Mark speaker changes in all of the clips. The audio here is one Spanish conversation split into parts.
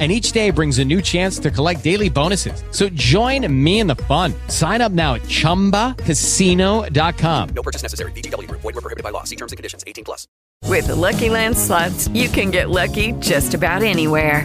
Speaker 1: and each day brings a new chance to collect daily bonuses. So join me in the fun. Sign up now at ChumbaCasino.com.
Speaker 2: No purchase necessary. VGW Group. Void were prohibited by law. See terms and conditions. 18 plus.
Speaker 3: With the Lucky Land slots, you can get lucky just about anywhere.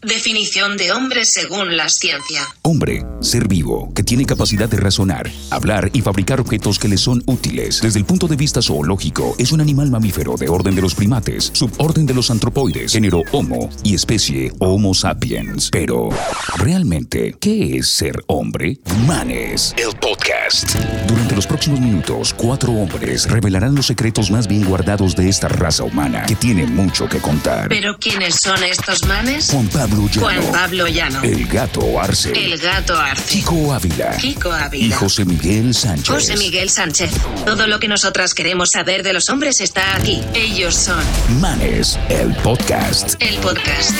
Speaker 4: Definición de hombre según la ciencia.
Speaker 5: Hombre, ser vivo, que tiene capacidad de razonar, hablar y fabricar objetos que le son útiles. Desde el punto de vista zoológico, es un animal mamífero de orden de los primates, suborden de los antropoides, género Homo y especie Homo sapiens. Pero, ¿realmente qué es ser hombre? Manes, el podcast. Durante los próximos minutos, cuatro hombres revelarán los secretos más bien guardados de esta raza humana, que tiene mucho que contar.
Speaker 4: ¿Pero quiénes son estos manes?
Speaker 5: Juan Pablo Llano,
Speaker 4: Juan Pablo Llano.
Speaker 5: el gato Arce.
Speaker 4: El gato Arce.
Speaker 5: Kiko Ávila.
Speaker 4: Kiko Ávila.
Speaker 5: Y José Miguel Sánchez.
Speaker 4: José Miguel Sánchez. Todo lo que nosotras queremos saber de los hombres está aquí. Ellos son
Speaker 5: Manes, el podcast.
Speaker 4: el podcast.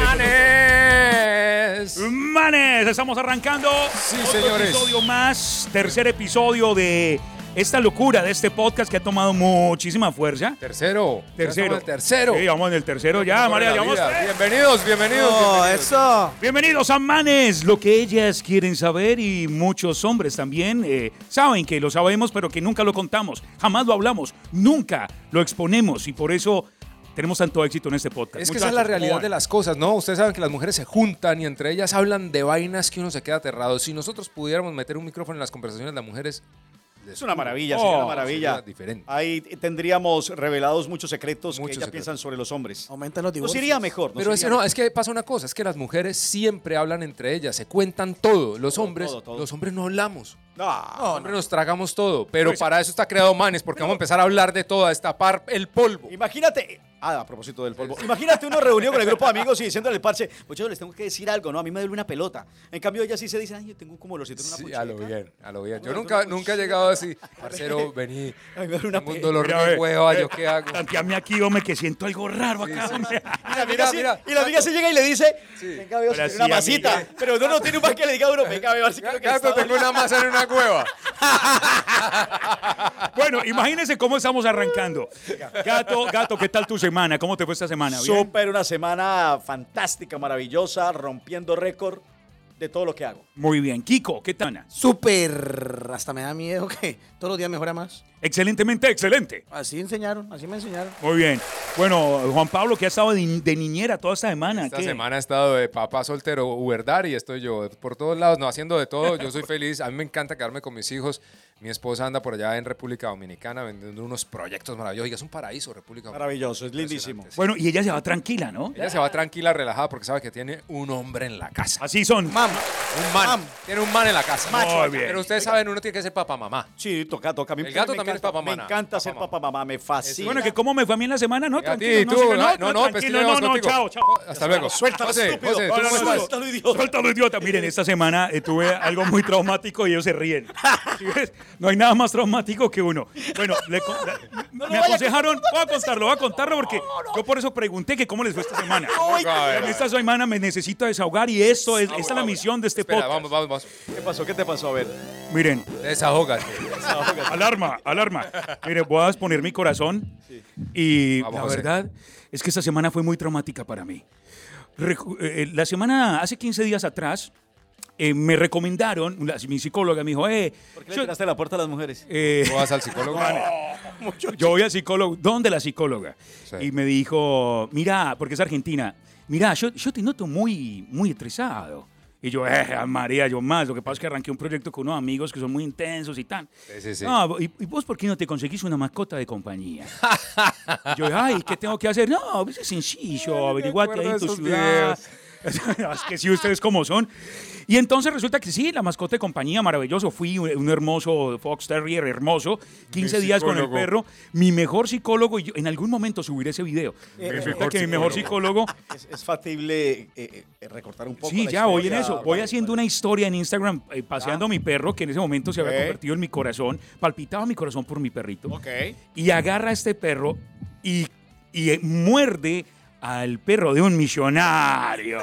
Speaker 6: Manes.
Speaker 7: Mm. Manes, estamos arrancando otro
Speaker 6: señores.
Speaker 7: episodio más, tercer episodio de esta locura de este podcast que ha tomado muchísima fuerza.
Speaker 6: Tercero. Ya
Speaker 7: Tercero.
Speaker 6: estamos en tercero.
Speaker 7: Sí, vamos en el tercero ya, María,
Speaker 6: Sobre la
Speaker 7: llevamos
Speaker 6: vida.
Speaker 7: tres.
Speaker 6: Bienvenidos, bienvenidos.
Speaker 8: No,
Speaker 6: bienvenidos.
Speaker 8: eso.
Speaker 7: Bienvenidos a Manes, lo que ellas quieren saber y muchos hombres también eh, saben que lo sabemos, pero que nunca lo contamos, jamás lo hablamos, nunca lo exponemos y por eso tenemos tanto éxito en este podcast.
Speaker 6: Es que esa es la
Speaker 7: Muchachos, ¿cómo
Speaker 6: realidad
Speaker 7: van?
Speaker 6: de las cosas, ¿no? Ustedes saben que las mujeres se juntan y entre ellas hablan de vainas que uno se queda aterrado. Si nosotros pudiéramos meter un micrófono en las conversaciones de las mujeres,
Speaker 8: Es una maravilla, sería
Speaker 7: Oh,
Speaker 8: una maravilla.
Speaker 6: sería diferente.
Speaker 8: Ahí tendríamos revelados muchos secretos
Speaker 6: Muchos
Speaker 8: que ellas
Speaker 6: secretos.
Speaker 8: piensan sobre los hombres.
Speaker 9: Aumentan los
Speaker 8: Nos
Speaker 9: divorcios.
Speaker 8: iría mejor. nos
Speaker 6: Pero es que
Speaker 8: iría
Speaker 6: no,
Speaker 8: mejor.
Speaker 6: es que pasa una cosa, es que las mujeres siempre hablan entre ellas, se cuentan todo. Los hombres,
Speaker 8: todo, todo.
Speaker 6: los hombres no hablamos.
Speaker 8: No,
Speaker 6: Los hombres nos tragamos todo, pero para eso está creado Manes, porque vamos a empezar a hablar de todo, a destapar el polvo.
Speaker 8: Imagínate. Ah, a propósito del polvo. Imagínate uno reunido con el grupo de amigos y diciéndole al parche, muchachos, les tengo que decir algo, ¿no? A mí me duele una pelota. En cambio, ellas sí se dicen, ay, yo tengo como dolorcito en una
Speaker 6: Sí,
Speaker 8: pulsera.
Speaker 6: a lo bien, a lo bien. Yo
Speaker 8: Una
Speaker 6: nunca,
Speaker 8: pulsera.
Speaker 6: nunca he llegado así, parcero, vení,
Speaker 8: Ay, me duele una
Speaker 6: tengo un
Speaker 8: pe-
Speaker 6: dolor
Speaker 7: Mira,
Speaker 6: de
Speaker 7: ve,
Speaker 6: hueva,
Speaker 7: ve,
Speaker 6: ¿yo qué hago?
Speaker 7: tanteame aquí, hombre, que siento algo raro acá. hombre.
Speaker 8: Y la
Speaker 6: Mira,
Speaker 8: amiga, sí-
Speaker 6: mira.
Speaker 8: y la amiga se llega y le dice, venga, veo si
Speaker 7: Ahora
Speaker 8: tiene una
Speaker 7: sí,
Speaker 8: masita.
Speaker 7: amiga.
Speaker 8: Pero uno no tiene un pan que le diga a uno, venga, veo si creo que le está
Speaker 6: Gato, tengo una masa en una cueva.
Speaker 7: Bueno, imagínense cómo estamos arrancando. Gato, gato, ¿qué tal tu semana? ¿Cómo te fue esta semana? ¿Bien?
Speaker 8: Súper, una semana fantástica, maravillosa, rompiendo récord de todo lo que hago.
Speaker 7: Muy bien. Kiko, ¿qué tal?
Speaker 9: Súper. Hasta me da miedo que todos los días mejora más.
Speaker 7: Excelentemente, excelente.
Speaker 9: Así enseñaron, así me enseñaron.
Speaker 7: Muy bien. Bueno, Juan Pablo, que ha estado de, de niñera toda esta semana.
Speaker 6: Esta
Speaker 7: ¿qué?
Speaker 6: semana he estado de papá soltero, uberdar y estoy yo por todos lados, no haciendo de todo. Yo soy feliz, a mí me encanta quedarme con mis hijos. Mi esposa anda por allá en República Dominicana vendiendo unos proyectos maravillosos. Oiga, es un paraíso, República Dominicana.
Speaker 8: Maravilloso, es lindísimo.
Speaker 7: Bueno, y ella se va tranquila, ¿no?
Speaker 6: Ella se va tranquila, relajada, porque sabe que tiene un hombre en la casa.
Speaker 7: Así son.
Speaker 9: Mam,
Speaker 6: Un man. Tiene un man en la casa.
Speaker 7: Macho. Muy bien.
Speaker 6: Pero ustedes saben, uno tiene que ser papá, mamá.
Speaker 8: Sí, toca, toca. A mí
Speaker 6: El gato
Speaker 8: me
Speaker 6: también es
Speaker 8: encanta-
Speaker 6: papamana.
Speaker 8: Me encanta ser
Speaker 6: Papamana.
Speaker 8: papamamá, me fascina.
Speaker 7: Bueno, que cómo me fue a mí en la semana,
Speaker 6: Y
Speaker 7: ¿no?
Speaker 6: a ti,
Speaker 7: Tranquilo,
Speaker 6: tú,
Speaker 7: no, siga-
Speaker 6: no, no, no,
Speaker 7: no,
Speaker 6: pues,
Speaker 7: tranquilo,
Speaker 6: que
Speaker 7: no,
Speaker 6: llevamos
Speaker 7: no,
Speaker 6: contigo.
Speaker 7: chao, chao.
Speaker 6: Hasta luego.
Speaker 8: Suéltalo,
Speaker 6: José,
Speaker 8: estúpido.
Speaker 6: José, ¿tú
Speaker 8: No, no,
Speaker 6: cómo
Speaker 8: no,
Speaker 6: estás?
Speaker 8: suéltalo, idiota.
Speaker 7: Suéltalo, idiota. Miren, esta semana eh, tuve algo muy traumático y ellos se ríen. ¿Sí ves? No hay nada más traumático que uno. Bueno, le con- me aconsejaron, voy a contarlo, voy a contarlo porque yo por eso pregunté que cómo les fue esta semana. En esta semana me necesito desahogar y esto es, esta es la misión de este
Speaker 6: Espera,
Speaker 7: podcast.
Speaker 6: vamos, vamos, vamos.
Speaker 8: ¿Qué pasó? ¿Qué te pasó? A ver.
Speaker 7: Miren,
Speaker 6: Desahógate.
Speaker 7: alarma, alarma. Mire, voy a exponer mi corazón y
Speaker 6: Vamos,
Speaker 7: la
Speaker 6: José.
Speaker 7: verdad es que esta semana fue muy traumática para mí. Recu- eh, la semana, hace 15 días atrás, eh, me recomendaron, la- mi psicóloga me dijo, eh,
Speaker 8: ¿Por qué le
Speaker 7: yo-
Speaker 8: tiraste la puerta a las mujeres?
Speaker 7: eh,
Speaker 6: ¿Tú vas al psicólogo?
Speaker 7: yo voy al psicólogo, ¿dónde la psicóloga?
Speaker 6: Sí.
Speaker 7: Y me dijo, mira, porque es argentina, mira, yo, yo te noto muy, muy estresado. Y yo, eh, a María, yo más. Lo que pasa es que arranqué un proyecto con unos amigos que son muy intensos y tal.
Speaker 6: Sí, sí, sí.
Speaker 7: No, ¿y, y vos por qué no te conseguís una mascota de compañía? Y yo, ay, ¿qué tengo que hacer? No, pues es sencillo, averiguate ahí
Speaker 6: acuerdo
Speaker 7: en
Speaker 6: de
Speaker 7: tu
Speaker 6: esos
Speaker 7: ciudad. es que sí, ustedes como son. Y entonces resulta que sí, la mascota de compañía, maravilloso. Fui un un hermoso Fox Terrier, hermoso. 15
Speaker 6: Mi
Speaker 7: días con el
Speaker 6: psicólogo.
Speaker 7: perro. Mi mejor psicólogo, y yo, en algún momento subiré ese video. Resulta
Speaker 6: mejor
Speaker 7: que mi mejor psicólogo
Speaker 8: Ah, Es, es factible eh, eh, eh, recortar un poco.
Speaker 7: Sí,
Speaker 8: la
Speaker 7: ya voy en
Speaker 8: historia,
Speaker 7: eso. Voy
Speaker 8: vale,
Speaker 7: haciendo
Speaker 8: vale.
Speaker 7: una historia en Instagram eh, paseando a mi perro, que en ese momento se había
Speaker 8: Ah. Ok.
Speaker 7: convertido en mi corazón. Palpitaba mi corazón por mi perrito.
Speaker 8: Ok.
Speaker 7: Y agarra a este perro y, y, eh, muerde al perro de un millonario.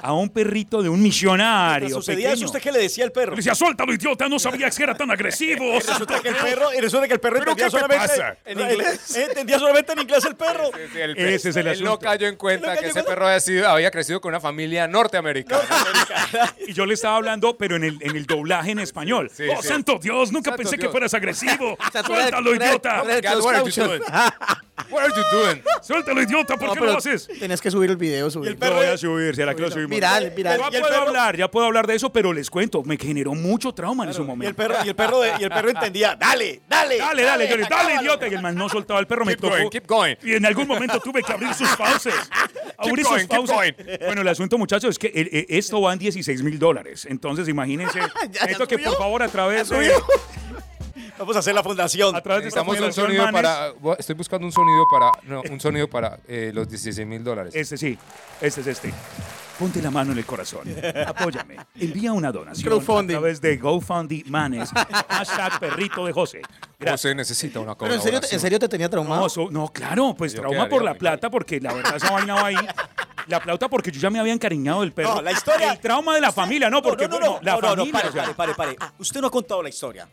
Speaker 7: A un perrito de un millonario.
Speaker 8: Mientras sucedía eso,
Speaker 7: pequeño.
Speaker 8: ¿usted qué le decía al perro?
Speaker 7: Le decía, suéltalo, idiota, no sabía que era tan agresivo.
Speaker 8: Resulta que el perro, y resulta que el perro
Speaker 7: ¿Pero
Speaker 8: entendía
Speaker 7: qué te
Speaker 8: solamente
Speaker 7: pasa?
Speaker 8: en inglés. eh, entendía solamente en inglés el perro.
Speaker 6: Sí, el
Speaker 7: Ese
Speaker 6: pe-
Speaker 7: es el
Speaker 6: Él no
Speaker 7: asunto.
Speaker 6: cayó en cuenta
Speaker 8: Él no
Speaker 6: que
Speaker 8: cayó
Speaker 6: ese
Speaker 8: en cuenta.
Speaker 6: perro había, sido- había crecido con una familia norteamericana.
Speaker 7: Y yo le estaba hablando, pero en el, en el doblaje en español.
Speaker 6: Sí,
Speaker 7: oh,
Speaker 6: sí.
Speaker 7: santo Dios, nunca
Speaker 6: Santo
Speaker 7: pensé que
Speaker 6: Dios.
Speaker 7: fueras agresivo.
Speaker 9: sea, tú eres-
Speaker 7: Suéltalo,
Speaker 9: tú eres-
Speaker 7: idiota.
Speaker 9: tú eres-
Speaker 6: God, what are you doing?
Speaker 8: Ah,
Speaker 6: What are you doing?
Speaker 7: Suéltalo, idiota, ¿por
Speaker 9: No,
Speaker 7: qué
Speaker 9: pero
Speaker 7: lo haces?
Speaker 9: Tenías que subir el video, subir.
Speaker 7: Lo voy a subir, será que lo subimos.
Speaker 9: Viral, viral.
Speaker 7: Ya
Speaker 8: Y el
Speaker 7: puedo
Speaker 8: perro-
Speaker 7: hablar, ya puedo hablar de eso, pero les cuento, me generó mucho trauma en su
Speaker 8: Y el
Speaker 7: momento.
Speaker 8: perro, y el perro, de- y el perro entendía, dale, dale.
Speaker 7: Dale, dale, yo le dale,
Speaker 8: acábalo".
Speaker 7: idiota. Y el man no soltaba el perro, me
Speaker 6: Keep going,
Speaker 7: tocó.
Speaker 6: keep going.
Speaker 7: Y en algún momento tuve que abrir sus fauces. Abrir
Speaker 6: going,
Speaker 7: sus
Speaker 6: keep
Speaker 7: fauces.
Speaker 6: going.
Speaker 7: Bueno, el asunto, muchachos, es que eh, eh, esto va en 16 mil dólares. Entonces, imagínense.
Speaker 9: ya
Speaker 7: Necesito que,
Speaker 9: subió.
Speaker 7: por favor, a través de,
Speaker 9: subió.
Speaker 8: Vamos a hacer la fundación.
Speaker 7: a través de esta
Speaker 6: Necesitamos un
Speaker 7: fundación,
Speaker 6: sonido
Speaker 7: manes,
Speaker 6: para. Estoy buscando un sonido para. No, un sonido para eh, los 16 mil dólares.
Speaker 7: Este sí, este es este. Ponte la mano en el corazón. Apóyame. Envía una donación
Speaker 9: Crowdfunding.
Speaker 7: a través de GoFundMe Manes. Hashtag perrito de José. Gracias.
Speaker 6: José necesita una
Speaker 9: Pero en
Speaker 6: colaboración.
Speaker 9: serio, te- en serio te tenía traumado.
Speaker 7: No, so- no, claro, pues
Speaker 6: Yo
Speaker 7: trauma
Speaker 6: quedaría
Speaker 7: por la
Speaker 6: muy
Speaker 7: plata, porque la verdad esa vaina va ahí. La plata porque yo ya me había encariñado del perro.
Speaker 8: No, la historia-
Speaker 7: El trauma de la familia, no, porque
Speaker 8: no, no,
Speaker 7: bueno,
Speaker 8: no,
Speaker 7: la
Speaker 8: no, no, no,
Speaker 7: familia.
Speaker 8: pare,
Speaker 7: o sea,
Speaker 8: pare, pare, pare. Usted no ha contado la historia.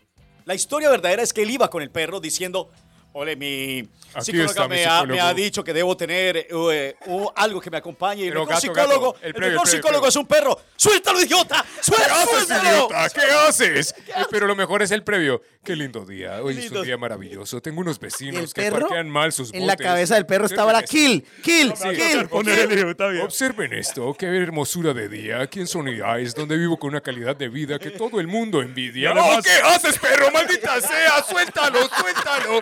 Speaker 8: La historia verdadera es que él iba con el perro diciendo, ole, mi
Speaker 6: Aquí
Speaker 8: psicóloga
Speaker 6: está mi
Speaker 8: me, ha, me
Speaker 6: psicólogo".
Speaker 8: ha dicho que debo tener eh, o algo que me acompañe. Y el
Speaker 6: Pero
Speaker 8: mejor
Speaker 6: gato, gato,
Speaker 8: psicólogo,
Speaker 6: el
Speaker 8: el,
Speaker 6: previo,
Speaker 8: mejor
Speaker 6: el previo,
Speaker 8: psicólogo
Speaker 6: el previo.
Speaker 8: es un perro. ¡Suéltalo, idiota! ¡Suéltalo, suéltalo!
Speaker 6: ¿Qué haces? Eh, Pero lo mejor es el previo. Qué lindo día. Hoy es
Speaker 8: lindo.
Speaker 6: un día maravilloso. Tengo unos
Speaker 9: Y el
Speaker 6: vecinos que
Speaker 9: perro.
Speaker 6: parquean mal sus
Speaker 9: en la
Speaker 6: botes.
Speaker 9: cabeza del perro estaba la
Speaker 6: Observen
Speaker 9: kill, kill,
Speaker 6: Sí.
Speaker 9: kill.
Speaker 7: Poner el hijo, está bien.
Speaker 6: Observen esto, qué hermosura de día, aquí en Sonidades, donde vivo con una calidad de vida que todo el mundo envidia.
Speaker 7: además-
Speaker 6: ¡Oh, qué haces, perro! ¡Maldita sea! ¡Suéltalo, suéltalo!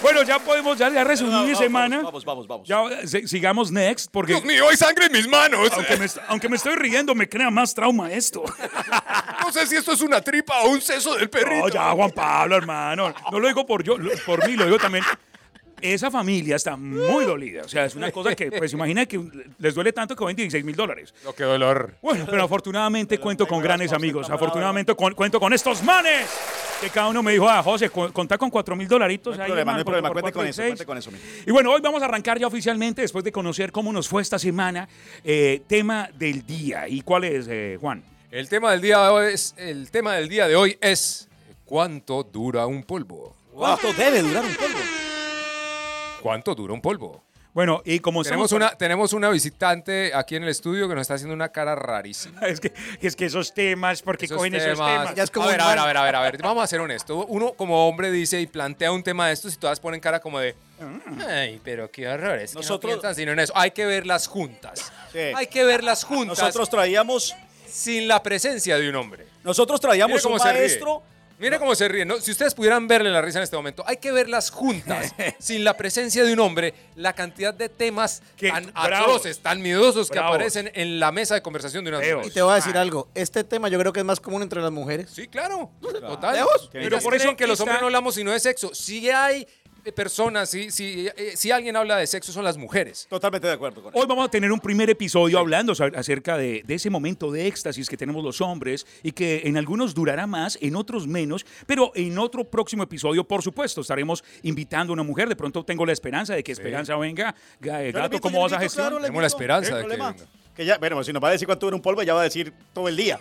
Speaker 7: Bueno, ya podemos, ya, ya resumí
Speaker 8: No,
Speaker 7: mi
Speaker 8: vamos,
Speaker 7: semana.
Speaker 8: vamos, vamos, vamos.
Speaker 7: Ya, eh, si- sigamos next, porque.
Speaker 6: ¡Dios mío, hay sangre en mis manos!
Speaker 7: Aunque me, est- aunque me estoy riendo, me crea más trauma esto.
Speaker 6: No sé si esto es una tripa o un seso del perrito.
Speaker 7: No, ya, Juan Pablo, hermano. No lo digo por yo, lo- por mí, lo digo también. Esa familia está muy dolida. O sea, es una cosa que, pues imagina que un- les duele tanto que 26 mil dólares.
Speaker 6: No, qué dolor.
Speaker 7: Bueno, pero afortunadamente cuento con grandes amigos. Afortunadamente con- cuento con estos manes. Que cada uno me dijo, ah, José, cu- contá con 4 mil dolaritos.
Speaker 8: No hay
Speaker 7: ahí,
Speaker 8: problema,
Speaker 7: hermano,
Speaker 8: no hay
Speaker 7: por-
Speaker 8: problema.
Speaker 7: por
Speaker 8: Cuente
Speaker 7: cuatro
Speaker 8: con
Speaker 7: y
Speaker 8: eso,
Speaker 7: seis".
Speaker 8: cuente con eso, mijo.
Speaker 7: Y bueno, hoy vamos a arrancar ya oficialmente después de conocer cómo nos fue esta semana. eh, tema del día. ¿Y cuál es, eh, Juan?
Speaker 6: El tema del día de hoy es, el tema del día de hoy es ¿cuánto dura un polvo?
Speaker 8: ¿Cuánto debe durar un polvo?
Speaker 6: ¿Cuánto dura un polvo?
Speaker 7: Bueno, y como
Speaker 6: Tenemos
Speaker 7: estamos
Speaker 6: una, tenemos una visitante aquí en el estudio que nos está haciendo una cara rarísima.
Speaker 7: Es que, es que esos temas, ¿por qué
Speaker 6: Esos
Speaker 7: cogen esos temas?
Speaker 9: Ya es como
Speaker 6: a, ver,
Speaker 9: un
Speaker 6: a ver,
Speaker 9: man.
Speaker 6: a ver, a ver, a ver. Vamos a ser honestos. Uno como hombre dice y plantea un tema de estos y todas ponen cara como de... Ay, pero qué horror. Es que
Speaker 8: Nosotros-
Speaker 6: no piensan sino en eso. Hay que verlas juntas.
Speaker 8: Sí.
Speaker 6: Hay que verlas juntas
Speaker 8: Nosotros traíamos,
Speaker 6: sin la presencia de un hombre.
Speaker 8: nosotros
Speaker 6: Mire
Speaker 8: traíamos
Speaker 6: cómo
Speaker 8: un
Speaker 6: se ríe.
Speaker 8: maestro.
Speaker 6: Mire cómo se ríe. ¿no? Si ustedes pudieran verle la risa en este momento, hay que verlas juntas, sin la presencia de un hombre, la cantidad de temas
Speaker 7: Qué
Speaker 6: tan
Speaker 7: bravos.
Speaker 6: atroces, tan miedosos que
Speaker 7: Bravos.
Speaker 6: aparecen en la mesa de conversación de una
Speaker 7: Feos.
Speaker 9: Y te voy a
Speaker 6: Ah.
Speaker 9: decir algo. Este tema yo creo que es más común entre las mujeres.
Speaker 6: Sí, claro. Total.
Speaker 9: Lejos.
Speaker 6: Pero por eso que los hombres no hablamos sino de sexo. Si hay eh, personas, si, si, eh, si alguien habla de sexo, son las mujeres.
Speaker 8: Totalmente de acuerdo con él.
Speaker 7: Hoy vamos a tener un primer episodio hablando sa- acerca de, de ese momento de éxtasis que tenemos los hombres y que en algunos durará más, en otros menos, pero en otro próximo episodio, por supuesto, estaremos invitando a una mujer. De pronto tengo la esperanza de que Esperanza venga. Ga- eh,
Speaker 8: Yo le
Speaker 7: Gato,
Speaker 8: invito,
Speaker 7: ¿cómo
Speaker 8: yo le
Speaker 7: vas a
Speaker 8: invito,
Speaker 7: gestionar?
Speaker 8: claro, le
Speaker 6: Tenemos la
Speaker 8: invito.
Speaker 6: esperanza
Speaker 8: No hay
Speaker 6: de que
Speaker 8: problema.
Speaker 6: venga.
Speaker 8: Que ya, bueno, si nos va a decir cuánto dura un polvo, ya va a decir todo el día.